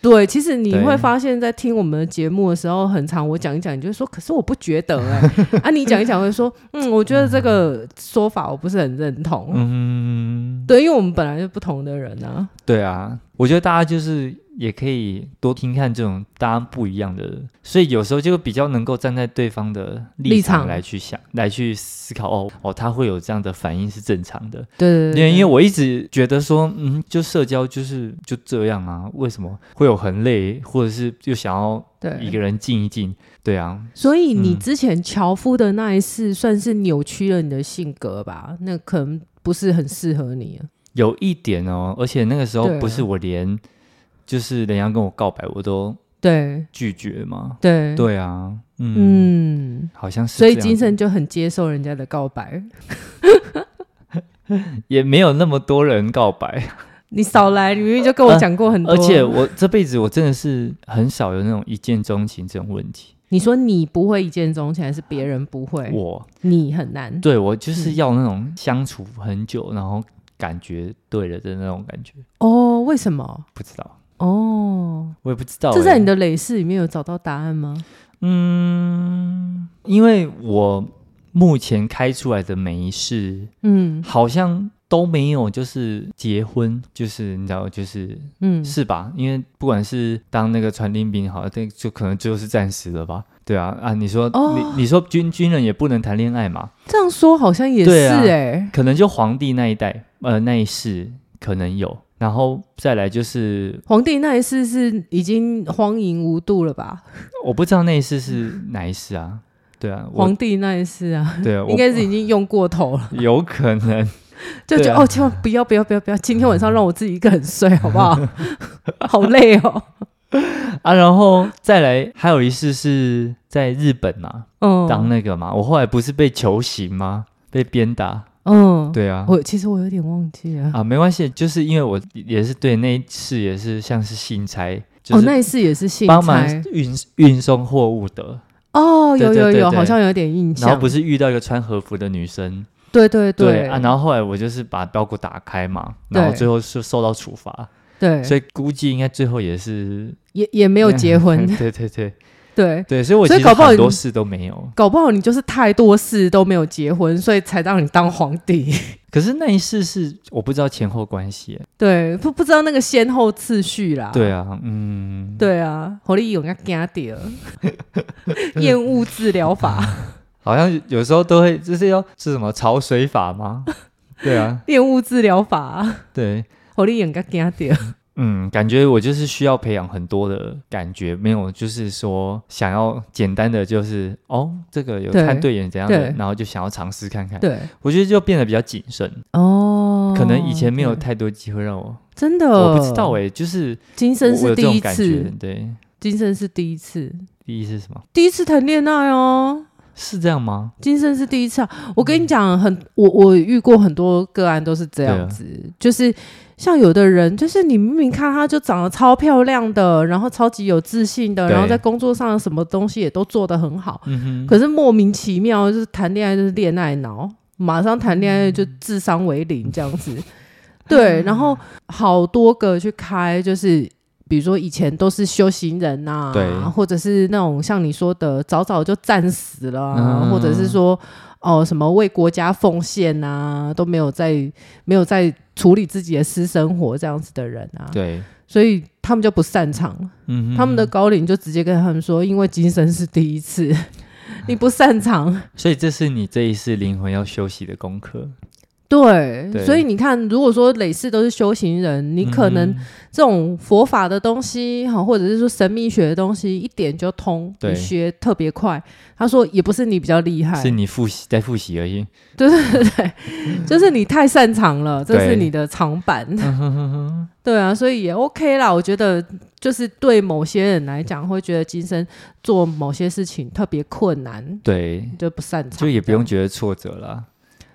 A: 对，其实你
B: 对
A: 会发现，在听我们的节目的时候，很常我讲一讲，你就说，可是我不觉得哎、 啊，你讲一讲会说，嗯，我觉得这个说法我不是很认同。
B: 嗯，
A: 对，因为我们本来就不同的人啊。
B: 对啊，我觉得大家就是也可以多听看这种大家不一样的，所以有时候就比较能够站在对方的
A: 立
B: 立
A: 场
B: 场来去想，来去思考。哦哦，他会有这样的反应是正常的。
A: 对对对
B: 因为因为我一直觉得说，嗯，就社交就是就这样啊，为什么会有很累，或者是就想要一
A: 对，
B: 个人静一静？对啊，
A: 所以你
B: 嗯
A: 之前樵夫的那一世算是扭曲了你的性格吧？那可能不是很适合你、啊。
B: 有一点哦，而且那个时候
A: 对啊
B: 不是我连就是人家跟我告白我都
A: 对
B: 拒绝嘛，
A: 对，
B: 对啊，嗯，
A: 嗯，
B: 好像是这
A: 所
B: 样
A: 以
B: 子，
A: 金圣就很接受人家的告白。
B: 也没有那么多人告白，
A: 你少来，你明明就跟我讲过很多。
B: 啊而且我这辈子我真的是很少有那种一见钟情这种问题，
A: 你说你不会一见钟情，还是别人不会？
B: 我
A: 你很难。
B: 对我
A: 嗯
B: 就是要那种相处很久，然后感觉对了的那种感觉。
A: 哦，为什么？
B: 不知道，
A: 哦，
B: 我也不知道欸、
A: 这在你的累世里面有找到答案吗？
B: 嗯，因为我目前开出来的每一世，
A: 嗯，
B: 好像都没有就是结婚，就是你知道，就是
A: 嗯，
B: 是吧？因为不管是当那个传令兵好，这就可能就是暂时了吧？对啊，啊，你说、
A: 哦
B: 你你说军军人也不能谈恋爱嘛？
A: 这样说好像也是
B: 对啊
A: 哎、
B: 可能就皇帝那一代，呃，那一世可能有，然后再来就是
A: 皇帝那一世是已经荒淫无度了吧？
B: 我不知道那一世是哪一世啊？对啊，我
A: 皇帝那一世啊，
B: 对啊，我
A: 应该是已经用过头了，
B: 有可能，
A: 就觉得、
B: 对啊
A: 哦，千万不要不要不要不要，今天晚上让我自己一个人睡好 不好？好累哦，
B: 啊，然后再来还有一次是在日本嘛，
A: 嗯，
B: 当那个嘛，我后来不是被球刑吗？被鞭打，
A: 嗯，
B: 对啊，
A: 我其实我有点忘记了，
B: 啊，没关系，就是因为我也是对那一次也是像是信差，就
A: 哦，那
B: 是
A: 一次也是信
B: 帮忙
A: 差，
B: 运运送货物的，
A: 哦，有
B: 对对
A: 有
B: 对
A: 有，
B: 对
A: 好像有点印
B: 然后
A: 象
B: 不，是遇到一个穿和服的女生，
A: 对对
B: 啊，然后后来我就是把包裹打开嘛，
A: 对
B: 然后最后是受到处罚，
A: 对，
B: 所以估计应该最后也是
A: 也也没有结婚，
B: 对对对
A: 对。
B: 对，所以我
A: 所
B: 其
A: 以
B: 实
A: 搞不好
B: 很
A: 你
B: 多事都没有。
A: 搞不好你就是太多事都没有结婚，所以才让你当皇帝。
B: 可是那一世是我不知道前后关系，
A: 对，不不知道那个先后次序啦。
B: 对啊，嗯，
A: 对啊，火力勇要惊掉， 厌恶治疗法，
B: 好像有时候都会就是要是什么潮水 法吗？对啊，
A: 厌恶治疗法，
B: 对，
A: 火力勇要惊掉。
B: 嗯，感觉我就是需要培养很多的感觉，没有就是说想要简单的就是哦，这个有
A: 对
B: 看对眼怎样的
A: 对，
B: 然后就想要尝试看看。
A: 对，
B: 我觉得就变得比较谨慎，
A: 哦，
B: 可能以前没有
A: 对
B: 太多机会让我，
A: 真的，
B: 我不知道哎、就是
A: 今
B: 我
A: 哦生
B: 我有
A: 是
B: 这
A: 第
B: 种
A: 一
B: 感觉
A: 次，，
B: 对，
A: 今生是第一次，
B: 第一是什么？
A: 第一次谈恋爱哦。
B: 是这样吗？
A: 今生是第一次、啊，我跟你讲，很我我遇过很多个案都是这
B: 对啊
A: 样子，就是像有的人，就是你明明看她就长得超漂亮的，然后超级有自信的，
B: 对
A: 然后在工作上什么东西也都做得很好，
B: 嗯哼，
A: 可是莫名其妙就是谈恋爱就是恋爱脑，马上谈恋爱就智商为
B: 嗯
A: 零这样子。对，然后好多个去开，就是比如说以前都是修行人呐、
B: 对
A: 或者是那种像你说的早早就战死了啊、
B: 嗯
A: 或者是说哦什么为国家奉献呐、都没有在没有在处理自己的私生活这样子的人啊，
B: 对，
A: 所以他们就不擅长。
B: 嗯哼，
A: 他们的，高龄就直接跟他们说，因为今生是第一次， 你不擅长。
B: 所以这是你这一世灵魂要休息的功课。
A: 对，
B: 对
A: 所以你看，如果说累世都是修行人，你
B: 嗯
A: 可能
B: 哼
A: 这种佛法的东西，哈，或者是说神秘学的东西，一点就通，
B: 对
A: 你学特别快。他说也不是你比较厉害
B: 是，你复习在复习而已。
A: 对对 对，就是你太擅长了，这
B: 对嗯
A: 是你的长板。对啊，所以也 OK 啦。我觉得就是对某些人来讲，会觉得今生做某些事情特别困难，
B: 对，
A: 就不擅长，
B: 就也不用觉得挫折啦。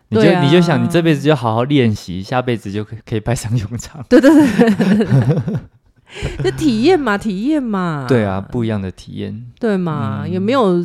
B: 你就、
A: 对啊
B: 你就想，你这辈子就好好练习，下辈子就可以可以派上 用场。
A: 对对对对 对对，就体验嘛，体验嘛，
B: 对啊，，不一样的体验。
A: 对嘛，
B: 嗯
A: 也没有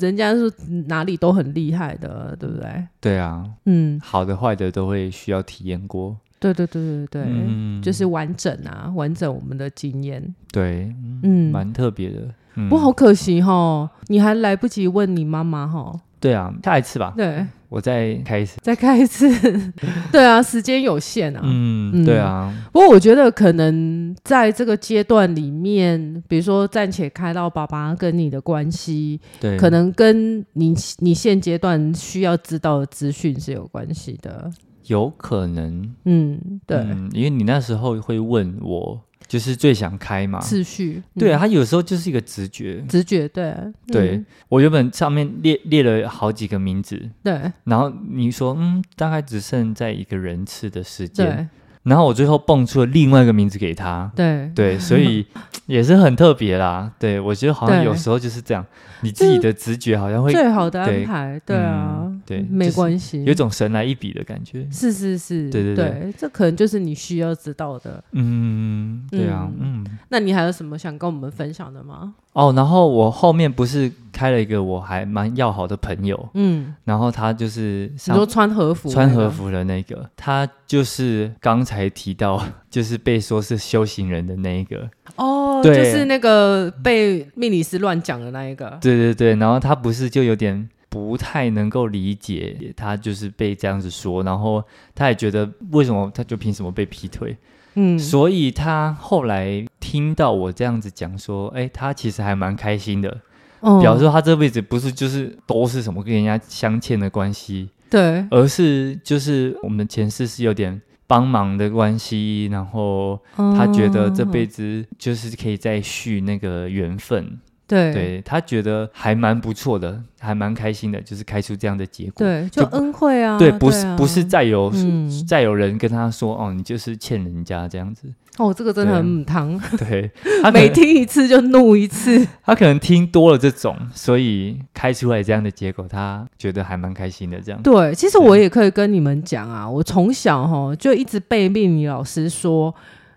A: 人家说哪里都很厉害的，对不对？
B: 对啊，
A: 嗯，
B: 好的坏的都会需要体验过。
A: 对对对对对，
B: 嗯
A: 就是完整啊，完整我们的经验，
B: 对，嗯
A: 嗯。
B: 蛮、特别的。嗯
A: 不过好可惜哈，你还来不及问你妈妈哈。
B: 对啊，下一次吧，
A: 对，
B: 我再开始。
A: 再开一次。 对啊，时间有限啊。
B: 嗯，
A: 嗯
B: 对啊，
A: 不过我觉得可能在这个阶段里面，比如说暂且开到爸爸跟你的关系，
B: 对，
A: 可能跟你你现阶段需要知道的资讯是有关系的。
B: 有可能，
A: 嗯，对，
B: 嗯因为你那时候会问我，就是最想开嘛。
A: 次序，嗯
B: 对啊，，他有时候就是一个直觉。
A: 直觉，对，
B: 对、
A: 嗯
B: 我原本上面列列了好几个名字，
A: 对
B: 然后你说嗯，大概只剩在一个人次的时间，
A: 对
B: 然后我最后蹦出了另外一个名字给他，
A: 对，
B: 对，所以也是很特别啦。对我觉得好像
A: 对
B: 有时候就是 这样，你自己的直觉好像会
A: 最好的安
B: 对
A: 排，对啊
B: 嗯，对
A: 没
B: 就是
A: 关系，
B: 有一种神来一笔的感觉。
A: 是是是，
B: 对对对
A: 这可能就是你需要知道的。
B: 嗯，对啊，嗯。
A: 那你还有什么想跟我们分享的吗？
B: 哦，然后我后面不是开了一个我还蛮要好的朋友，
A: 嗯，
B: 然后他就是
A: 你
B: 上
A: 说穿和服，
B: 穿和，服的那个，他就是刚才提到，就是被说是修行人的那一个，
A: 哦，就
B: 对
A: 是那个被命理师乱讲的那一个，
B: 对对对，然后他不是就有点不太能够理解他就是被这样子说，然后他也觉得为什么他就凭什么被劈腿，
A: 嗯，
B: 所以他后来听到我这样子讲说，哎，他其实还蛮开心的，
A: 嗯
B: 表示说他这辈子不是就是都是什么跟人家相欠的关系，
A: 对，
B: 而是就是我们的前世是有点帮忙的关系，然后他觉得这辈
A: 子
B: 子就是可以再续那个缘分，
A: 哦对
B: 对他觉得还蛮不错的，还蛮开心的，就是开出这样的结果。
A: 对，就
B: 就
A: 恩惠啊，
B: 对，不是、
A: 啊
B: 不是再有、
A: 嗯
B: 再有人跟他说哦，你就是欠人家 这样子。
A: 哦，这个真的
B: 对啊
A: 很母汤，
B: 对他可
A: 每
B: 能
A: 听一次就怒一 次，
B: 他可能听多了这种，所以开出来这样的结果，他觉得还蛮开心的这样。
A: 对，其实
B: 对
A: 我也可以跟你们讲啊，我从小哈就一直被命理老师说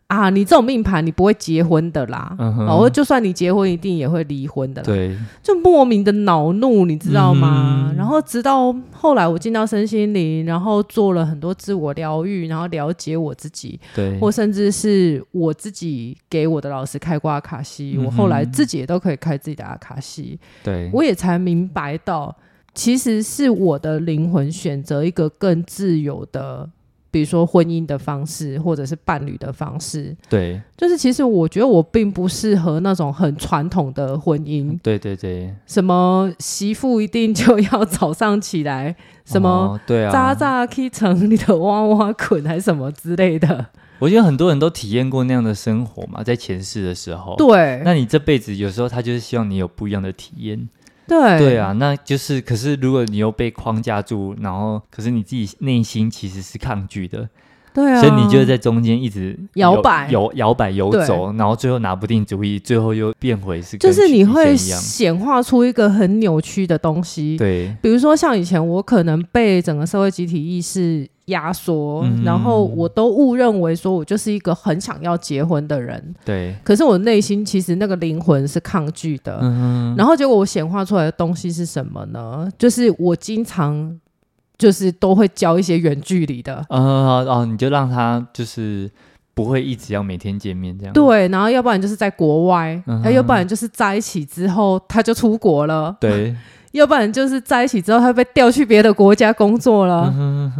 A: 啊，你这种命盘你不会结婚的啦，
B: 嗯哼
A: 然后就算你结婚，一定也会离婚的啦，
B: 对，
A: 就莫名的恼怒，你知道吗？
B: 嗯
A: 然后直到后来我进到身心灵，然后做了很多自我疗愈，然后了解我自己，
B: 对，
A: 或甚至是我自己给我的老师开过阿卡西，
B: 嗯哼嗯
A: 我后来自己也都可以开自己的阿卡西，
B: 对，
A: 我也才明白到，其实是我的灵魂选择一个更自由的，比如说婚姻的方式，或者是伴侣的方式。
B: 对，
A: 就是其实我觉得我并不适合那种很传统的婚姻，
B: 对对对，
A: 什么媳妇一定就要 早上起来，什么
B: 哦对啊，
A: 渣渣去城里的娃娃捆，还是什么之类的。
B: 我觉得很多人都体验过那样的生活嘛，在前世的时候。，
A: 对
B: 哦那你这辈子有时候他就是希望你有不一样的体验。
A: 对
B: 对，啊，那就是可是如果你又被框架住，然后可是你自己内心其实是抗拒的，
A: 对啊，
B: 所以你就在中间一直
A: 摇
B: 游
A: 摆
B: 游摇摆游
A: 对
B: 走，然后最后拿不定主意，最后又变回是
A: 就
B: 跟
A: 是你
B: 以前
A: 会
B: 一样。
A: 显化出一个很扭曲的东西。
B: 对
A: 比如说像以前我可能被整个社会集体意识压缩，
B: 嗯
A: 然后我都误认为说我就是一个很想要结婚的人，
B: 对，
A: 可是我内心其实那个灵魂是抗拒的。
B: 嗯哼，
A: 然后结果我显化出来的东西是什么呢？就是我经常就是都会教一些远距离的。
B: 呃哦，你就让他就是不会一直要每天见面这样。
A: 对，啊然后要不然就是在国外，哎
B: 嗯
A: 要不然就是在一起之后他就出国了，
B: 对，
A: 要不然就是在一起之后他被调去别的国家工作
B: 嗯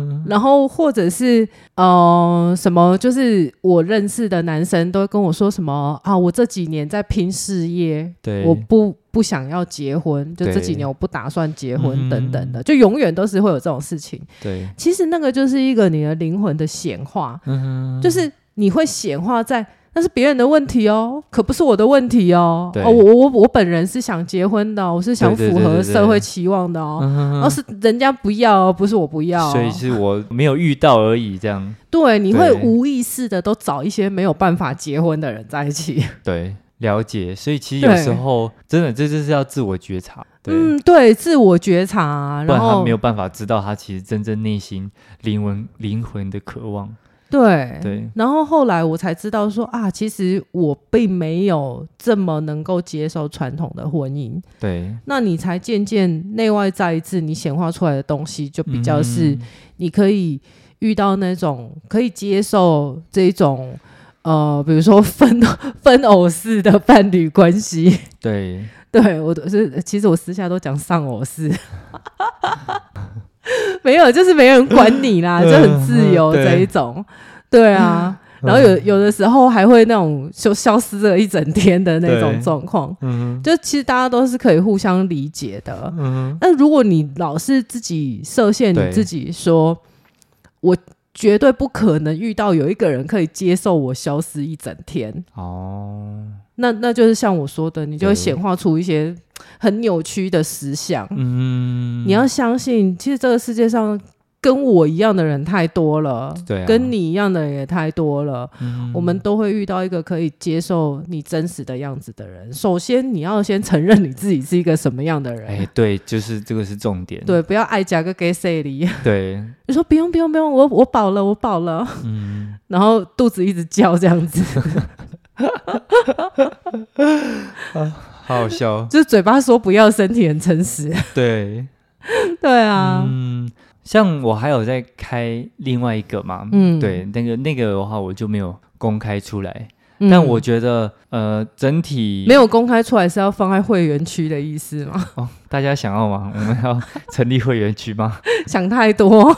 A: 了，然后或者是呃什么，就是我认识的男生都跟我说什么啊，我这几年在拼事业，
B: 对
A: 我不不想要结婚，就
B: 对
A: 这几年我不打算结婚
B: 嗯
A: 等等的，就永远都是会有这种事情。
B: 对，
A: 其实那个就是一个你的灵魂的显化，
B: 嗯哼，
A: 就是你会显化在。那是别人的问题哦，可不是我的问题哦。
B: 对
A: 哦，我我我本人是想结婚的哦、我是想
B: 对对
A: 符
B: 对
A: 合
B: 对对
A: 社会期望的哦。
B: 嗯哼
A: 然后是人家不要哦，不是我不要哦。
B: 所以是我没有遇到而已，这样
A: 对，你会
B: 对
A: 无意识的都找一些没有办法结婚的人在一起。
B: 对了解。所以其实有时候真的这就是要自我觉察，对，
A: 嗯，对，自我觉察啊，
B: 不
A: 然
B: 然
A: 后
B: 他没有办法知道他其实真正内心灵魂灵魂的渴望，
A: 对。
B: 对，
A: 然后后来我才知道说啊，其实我并没有这么能够接受传统的婚姻。
B: 对，
A: 那你才渐渐内外在一致，你显化出来的东西就比较是
B: 嗯
A: 你可以遇到那种可以接受这种呃，比如说分 分偶式的伴侣关系。
B: 对，
A: 对我都是，其实我私下都讲丧偶事， 没有，就是没人管你啦，就很自由
B: 嗯对嗯
A: 这一种，对啊。然后有有的时候还会那种就消失了一整天的那种
B: 对
A: 状况，
B: 嗯
A: 就其实大家都是可以互相理解的。
B: 哼嗯
A: 那如果你老是自己设限，你
B: 对
A: 自己说，我绝对不可能遇到有一个人可以接受我消失一整天，
B: 哼，哦，
A: 那那就是像我说的，你就会
B: 对
A: 显化出一些很扭曲的思想。
B: 嗯，
A: 你要相信，其实这个世界上跟我一样的人太多了，
B: 对啊
A: 跟你一样的人也太多了。
B: 嗯
A: 我们都会遇到一个可以接受你真实的样子的人。首先，你要先承认你自己是一个什么样的人。
B: 哎，对，就是这个是重点，
A: 对，不要爱夹个给谁里。
B: 对，
A: 你说不用不用不用，我我饱了，我饱了。
B: 嗯，
A: 然后肚子一直叫这样 子，
B: 好好笑，
A: 就是嘴巴说不要，身体很诚实。
B: 对。
A: 对 啊，
B: 嗯，像我还有在开另外一个嘛，
A: 嗯
B: 对，那个那个的话我就没有公开出来，
A: 嗯
B: 但我觉得，呃，整体
A: 没有公开出来是要放在会员区的意思吗？
B: 哦，大家想要吗？我们要成立会员区吗？
A: 想太多，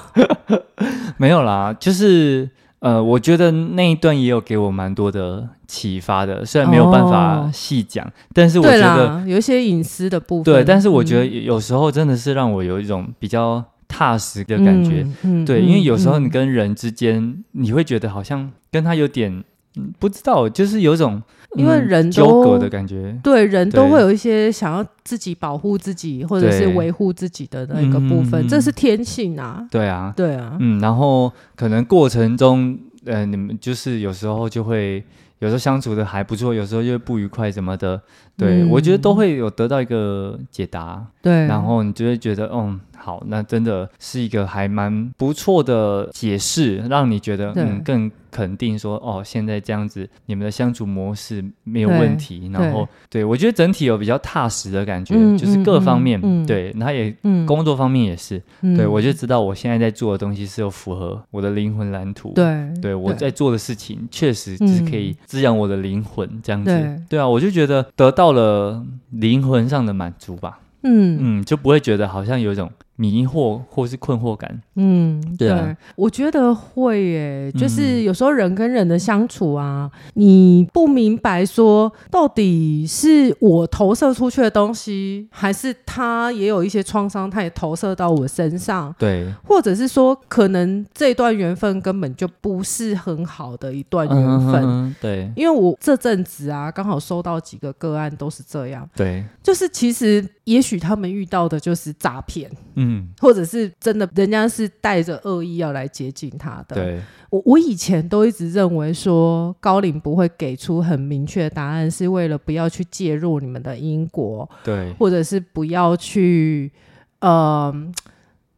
B: 没有啦，就是呃，我觉得那一段也有给我蛮多的启发的，虽然没有办法
A: 哦
B: 细讲，但是我
A: 对
B: 觉得
A: 啦，有一些隐私的部分。
B: 对，但是我觉得
A: 嗯
B: 有有时候真的是让我有一种比较踏实的感觉。，
A: 嗯嗯
B: 对，
A: 嗯
B: 因为有时候
A: 嗯
B: 你跟人之间，你会觉得好像跟他有点、嗯、不知道，就是有种、
A: 因为
B: 嗯
A: 人
B: 纠葛
A: 都
B: 的感觉。
A: 对人都
B: 对
A: 会有一些想要自己保护自己或者是
B: 对
A: 维护自己的那个部
B: 嗯嗯
A: 分，
B: 嗯
A: 这是天性啊。
B: 对啊，
A: 对啊，
B: 嗯，然后可能过程中，呃，你们就是有时候就会，有时候相处的还不错，有时候又不愉快什么的。对、我觉得都会有得到一个解答。
A: 嗯对，啊
B: 然后你就会觉得，嗯，好，那真的是一个还蛮不错的解释，让你觉得，
A: 对
B: 嗯，更肯定说，哦，现在这样子，你们的相处模式没有
A: 对
B: 问题。然后，对我觉得整体有比较踏实的感觉，
A: 嗯
B: 就是各方面，
A: 嗯嗯嗯
B: 对，然后也
A: 嗯，
B: 工作方面也是，
A: 嗯
B: 对我就知道我现在在做的东西是有符合我的灵魂蓝图。。
A: 对嗯
B: 对，我在做的事情确实就是可以滋养我的灵魂，这样子。
A: 对
B: 对啊，我就觉得得到了灵魂上的满足吧。
A: 嗯
B: 嗯，就不会觉得好像有一种迷惑或是困惑感。
A: 嗯，
B: 对啊
A: 我觉得会耶，就
B: 嗯
A: 是有时候人跟人的相处啊，你不明白说到底是我投射出去的东西，还是他也有一些创伤，他也投射到我身上，
B: 对，
A: 或者是说，可能这段缘分根本就不是很好的一段呃缘分。
B: 嗯，对
A: 因为我这阵子啊，刚好收到几个个案都是这样，
B: 对，
A: 就是其实也许他们遇到的就是诈骗，
B: 嗯，
A: 或者是真的人家是带着恶意要来接近他的。
B: 对，
A: 我我以前都一直认为说高龄不会给出很明确的答案，是为了不要去介入你们的因果，
B: 对，
A: 或者是不要去，呃，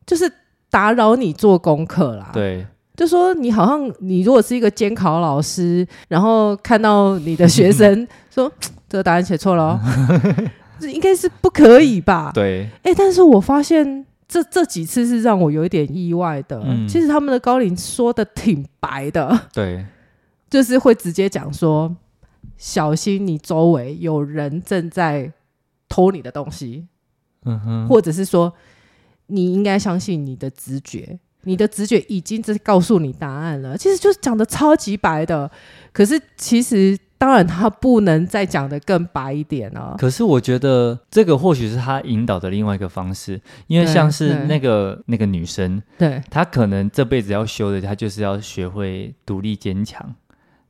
A: 就是打扰你做功课啦。。
B: 对，
A: 就说你好像你如果是一个监考老师，然后看到你的学 生说嘖这个答案写错了、哦，这应该是不可以吧？
B: 对，
A: 哎、但是我发现这这几次是让我有一点意外的。
B: 嗯
A: 其实他们的高龄说的挺白的，
B: 对，
A: 就是会直接讲说小心你周围有人正在偷你的东西，
B: 嗯哼，
A: 或者是说你应该相信你的直觉，你的直觉已经在告诉你答案了。其实就是讲的超级白的，可是其实当然他不能再讲的更白一点了。
B: 可是我觉得这个或许是他引导的另外一个方式，因为
A: 对
B: 像是
A: 对
B: 那个那个女生，
A: 对，
B: 她可能这辈子要修的，她就是要学会独立坚强，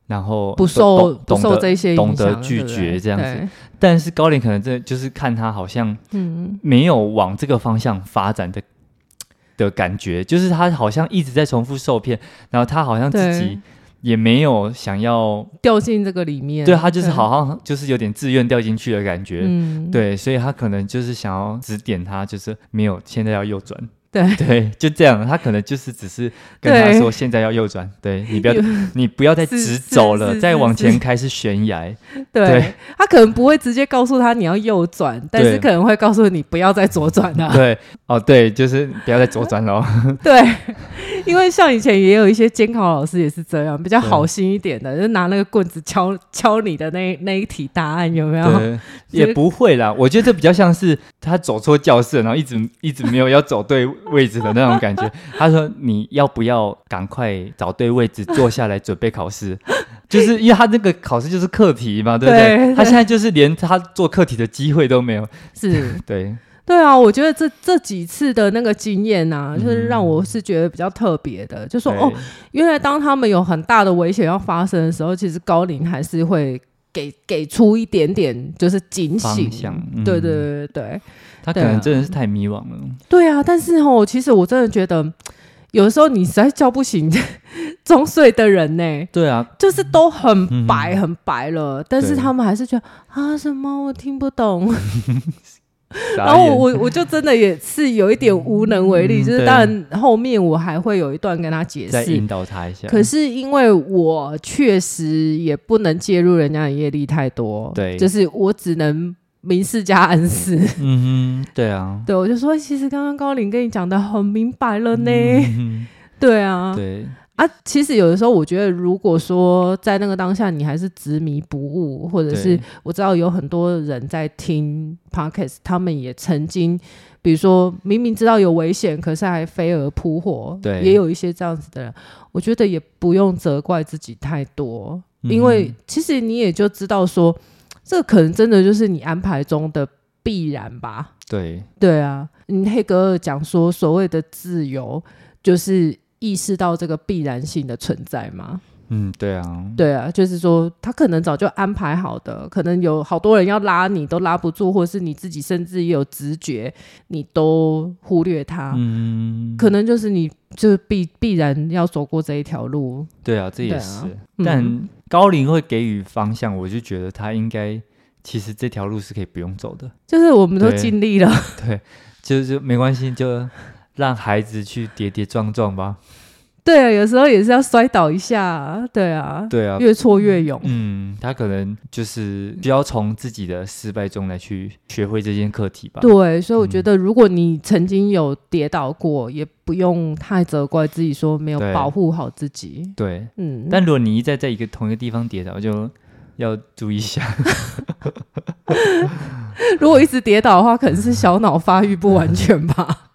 B: 然后
A: 不受
B: 懂
A: 不
B: 懂
A: 受
B: 得
A: 这些
B: 懂
A: 影
B: 得
A: 响
B: 拒
A: 对不对
B: 绝这样子
A: 对
B: 但是高龄可能真的就是看他好像
A: 嗯，
B: 没有往这个方向发展的的感觉，就是他好像一直在重复受骗，然后他好像自己
A: 对
B: 也没有想要，
A: 掉进这个里面，
B: 对啊他就是好像就是有点自愿掉进去的感觉。
A: 嗯，
B: 对，所以他可能就是想要指点他，就是没有，现在要右转。
A: 对
B: 对，就这样，他可能就是只是跟他
A: 对
B: 说现在要右转，对你不 要
A: 有，
B: 你不要再
A: 是
B: 直
A: 是
B: 走了，
A: 是
B: 再
A: 是
B: 往
A: 是
B: 前开是悬崖。 对
A: 对，他可能不会直接告诉他你要右转，但
B: 对
A: 是可能会告诉你不要再左转 了。
B: 对，哦，对，就是不要再左 转了。哦
A: 对，因为像以前也有一些监考老师也是这样，比较好心一点的，就拿那个棍子敲敲你的那那一题答案有没有？
B: 对，
A: 就
B: 也
A: 是
B: 不会啦。我觉得这比较像是他走错教室，然后一直一直没有要走对位置的那种感觉。他说：“你要不要赶快找对位置坐下来准备考试？”就是因为他那个考试就是课题嘛，对不对？
A: 对对
B: 他现在就是连他做课题的机会都没有。
A: 是，
B: 对，
A: 对啊，我觉得这这几次的那个经验啊，就是让
B: 嗯
A: 我是觉得比较特别的，就说
B: 对
A: 哦，，原来当他们有很大的危险要发生的时候，其实高龄还是会给给出一点点就是警
B: 方
A: 醒。
B: 向嗯
A: 对对对对对
B: 他可
A: 对
B: 能
A: 啊
B: 真的是太迷惘了。
A: 对啊！但是哦，其实我真的觉得，嗯有的时候你实在叫不醒 中岁的人呢、
B: 对啊，
A: 就是都很白
B: 嗯
A: 很白了，但是
B: 对
A: 他们还是觉得啊什么我听不 懂，
B: 然
A: 然后我我我就真的也是有一点无能为力，
B: 嗯
A: 就是
B: 对
A: 当然后面我还会有一段跟他解
B: 再
A: 释
B: 引，导他一下。
A: 可是因为我确实也不能介入人家的业力太多，
B: 对
A: 就是我只能明示加暗 示。
B: 嗯哼，对啊，
A: 对，我就说，其实刚刚高林跟你讲的很明白了呢。
B: 嗯哼
A: 对啊，
B: 对，
A: 啊，其实有的时候我觉得，如果说在那个当下你还是执迷不悟，或者是
B: 对
A: 我知道有很多人在听 podcast，他们也曾经，比如说明明知道有危险，可是还飞蛾扑火，
B: 对
A: 也有一些这样子的人，我觉得也不用责怪自己太多，
B: 嗯
A: 因为其实你也就知道说，这可能真的就是你安排中的必然吧，
B: 对
A: 对啊，嗯，黑格尔讲说，所谓的自由就是意识到这个必然性的存在嘛。
B: 嗯对啊，
A: 对啊，就是说他可能早就安排好的，可能有好多人要拉你都拉不住，或是你自己甚至也有直觉，你都忽略他。
B: 嗯，
A: 啊可能就是你就是必必然要走过这一条路，
B: 对啊，这也
A: 对啊
B: 是。
A: 嗯
B: 但高龄会给予方向，我就觉得他应该其实这条路是可以不用走的，
A: 就是我们都
B: 对
A: 尽力了。
B: 就是没关系，就让孩子去跌跌撞撞吧。
A: 对啊，有时候也是要摔倒一下，对啊，
B: 对啊，
A: 越挫越勇。
B: 嗯，他可能就是需要从自己的失败中来去学会这件课题吧。
A: 对，所以我
B: 嗯
A: 觉得，如果你曾经有跌倒过，也不用太责怪自己，说没有
B: 对
A: 保护好自己。
B: 对，
A: 嗯，
B: 但如果你一再在一个同一个地方跌倒，就要注意一下。
A: 如果一直跌倒的话，可能是小脑发育不完全 吧。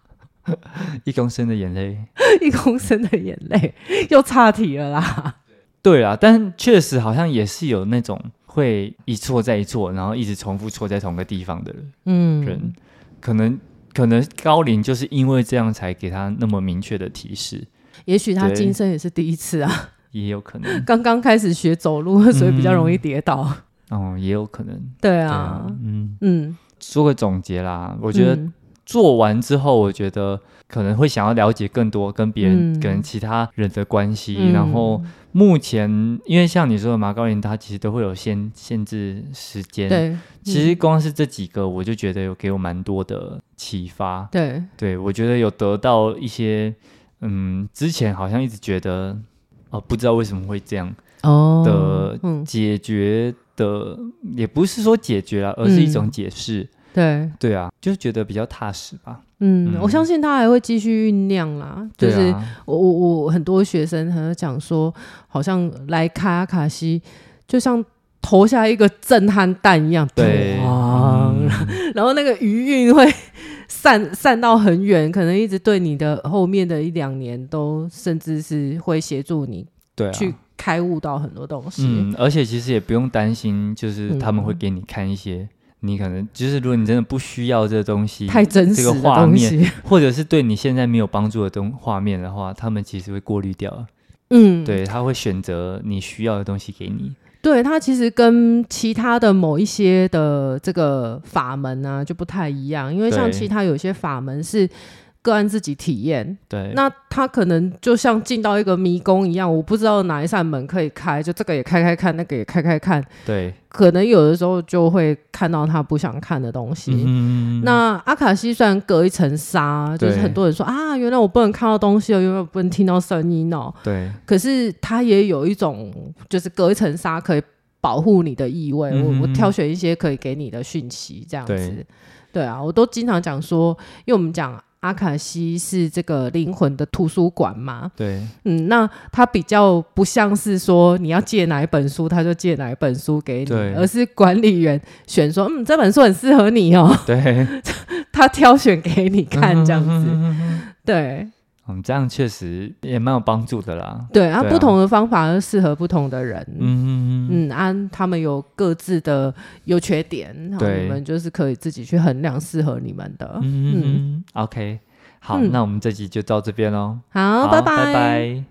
B: 一公升的眼泪。
A: 一公升的眼泪，又岔题了啦。
B: 对啊，但确实好像也是有那种会一错再一错，然后一直重复错在同个地方的人，
A: 嗯，
B: 可能可能高龄就是因为这样才给他那么明确的提示，
A: 也许他
B: 对
A: 今生也是第一次啊，
B: 也有可能，
A: 刚刚开始学走路，所以比较容易跌倒。
B: 哦，也有可能。
A: 对
B: 对
A: 啊，
B: 嗯，
A: 嗯，
B: 做个总结啦，我
A: 我
B: 觉得做完之后，我觉得可能会想要了解更多跟别人、
A: 嗯
B: 跟其他人的关系。然后目前，因为像你说的马高林，他其实都会有限限制时间。，
A: 对，
B: 其实
A: 嗯
B: 光是这几个，我就觉得有给我蛮多的启发。
A: 对，
B: 对，我觉得有得到一些，嗯，之前好像一直觉得，哦、不知道为什么会这样，
A: 哦
B: 的，
A: 嗯，
B: 解决的也不是说解决啊，而是一
A: 嗯
B: 种解释。
A: 对，
B: 对啊，就觉得比较踏实吧。
A: 嗯，
B: 嗯
A: 我相信他还会继续酝酿啦，就
B: 对
A: 是。
B: 啊，
A: 我我我很多学生还有讲说，好像来卡卡西就像投下一个震撼弹一样，
B: 对，
A: 咣
B: 嗯
A: 然后那个余韵会散散到很远，可能一直对你的后面的一两年都，甚至是会协助你
B: 对啊，
A: 去开悟到很多东西。
B: 嗯，而且其实也不用担心，就是他们会
A: 嗯
B: 给你看一些，你可能就是如果你真的不需要这东西，
A: 太真实
B: 这
A: 的
B: 个画
A: 东
B: 面
A: 西，
B: 或者是对你现在没有帮助的东画面的话，他们其实会过滤掉，
A: 嗯，
B: 对，他会选择你需要的东西给你。
A: 对，它其实跟其他的某一些的这个法门啊就不太一样，因为像
B: 对
A: 其他有些法门是个案自己体验，
B: 对，
A: 那他可能就像进到一个迷宫一样，我不知道哪一扇门可以开，就这个也开开看，那个也开开看，
B: 对，
A: 可能有的时候就会看到他不想看的东西。
B: 嗯
A: 那阿卡西虽然隔一层纱，就是
B: 对
A: 很多人说啊，原来我不能看到东西哦，原来我不能听到声音哦，
B: 对，
A: 可是它也有一种就是隔一层纱可以保护你的意味。
B: 嗯
A: 我我挑选一些可以给你的讯息，这样子。
B: 对
A: 对啊，我都经常讲说，因为我们讲阿卡西是这个灵魂的图书馆嘛，
B: 对，
A: 嗯，那它比较不像是说你要借哪一本书，他就借哪一本书给你
B: 对，
A: 而是管理员选说，嗯，这本书很适合你 哦，
B: 对，
A: 他挑选给你 看这样
B: 嗯
A: 子。
B: 子。
A: 对
B: 嗯，这样确实也蛮有帮助的啦。
A: 对啊，
B: 对啊
A: 不同的方法适合不同的人。
B: 嗯嗯
A: 嗯，安、他们有各自的优缺点，然后
B: 对
A: 你们就是可以自己去衡量适合你们的。
B: 嗯嗯，OK，好，
A: 嗯
B: 那我们这集就到这边喽。
A: 好，
B: 好，拜拜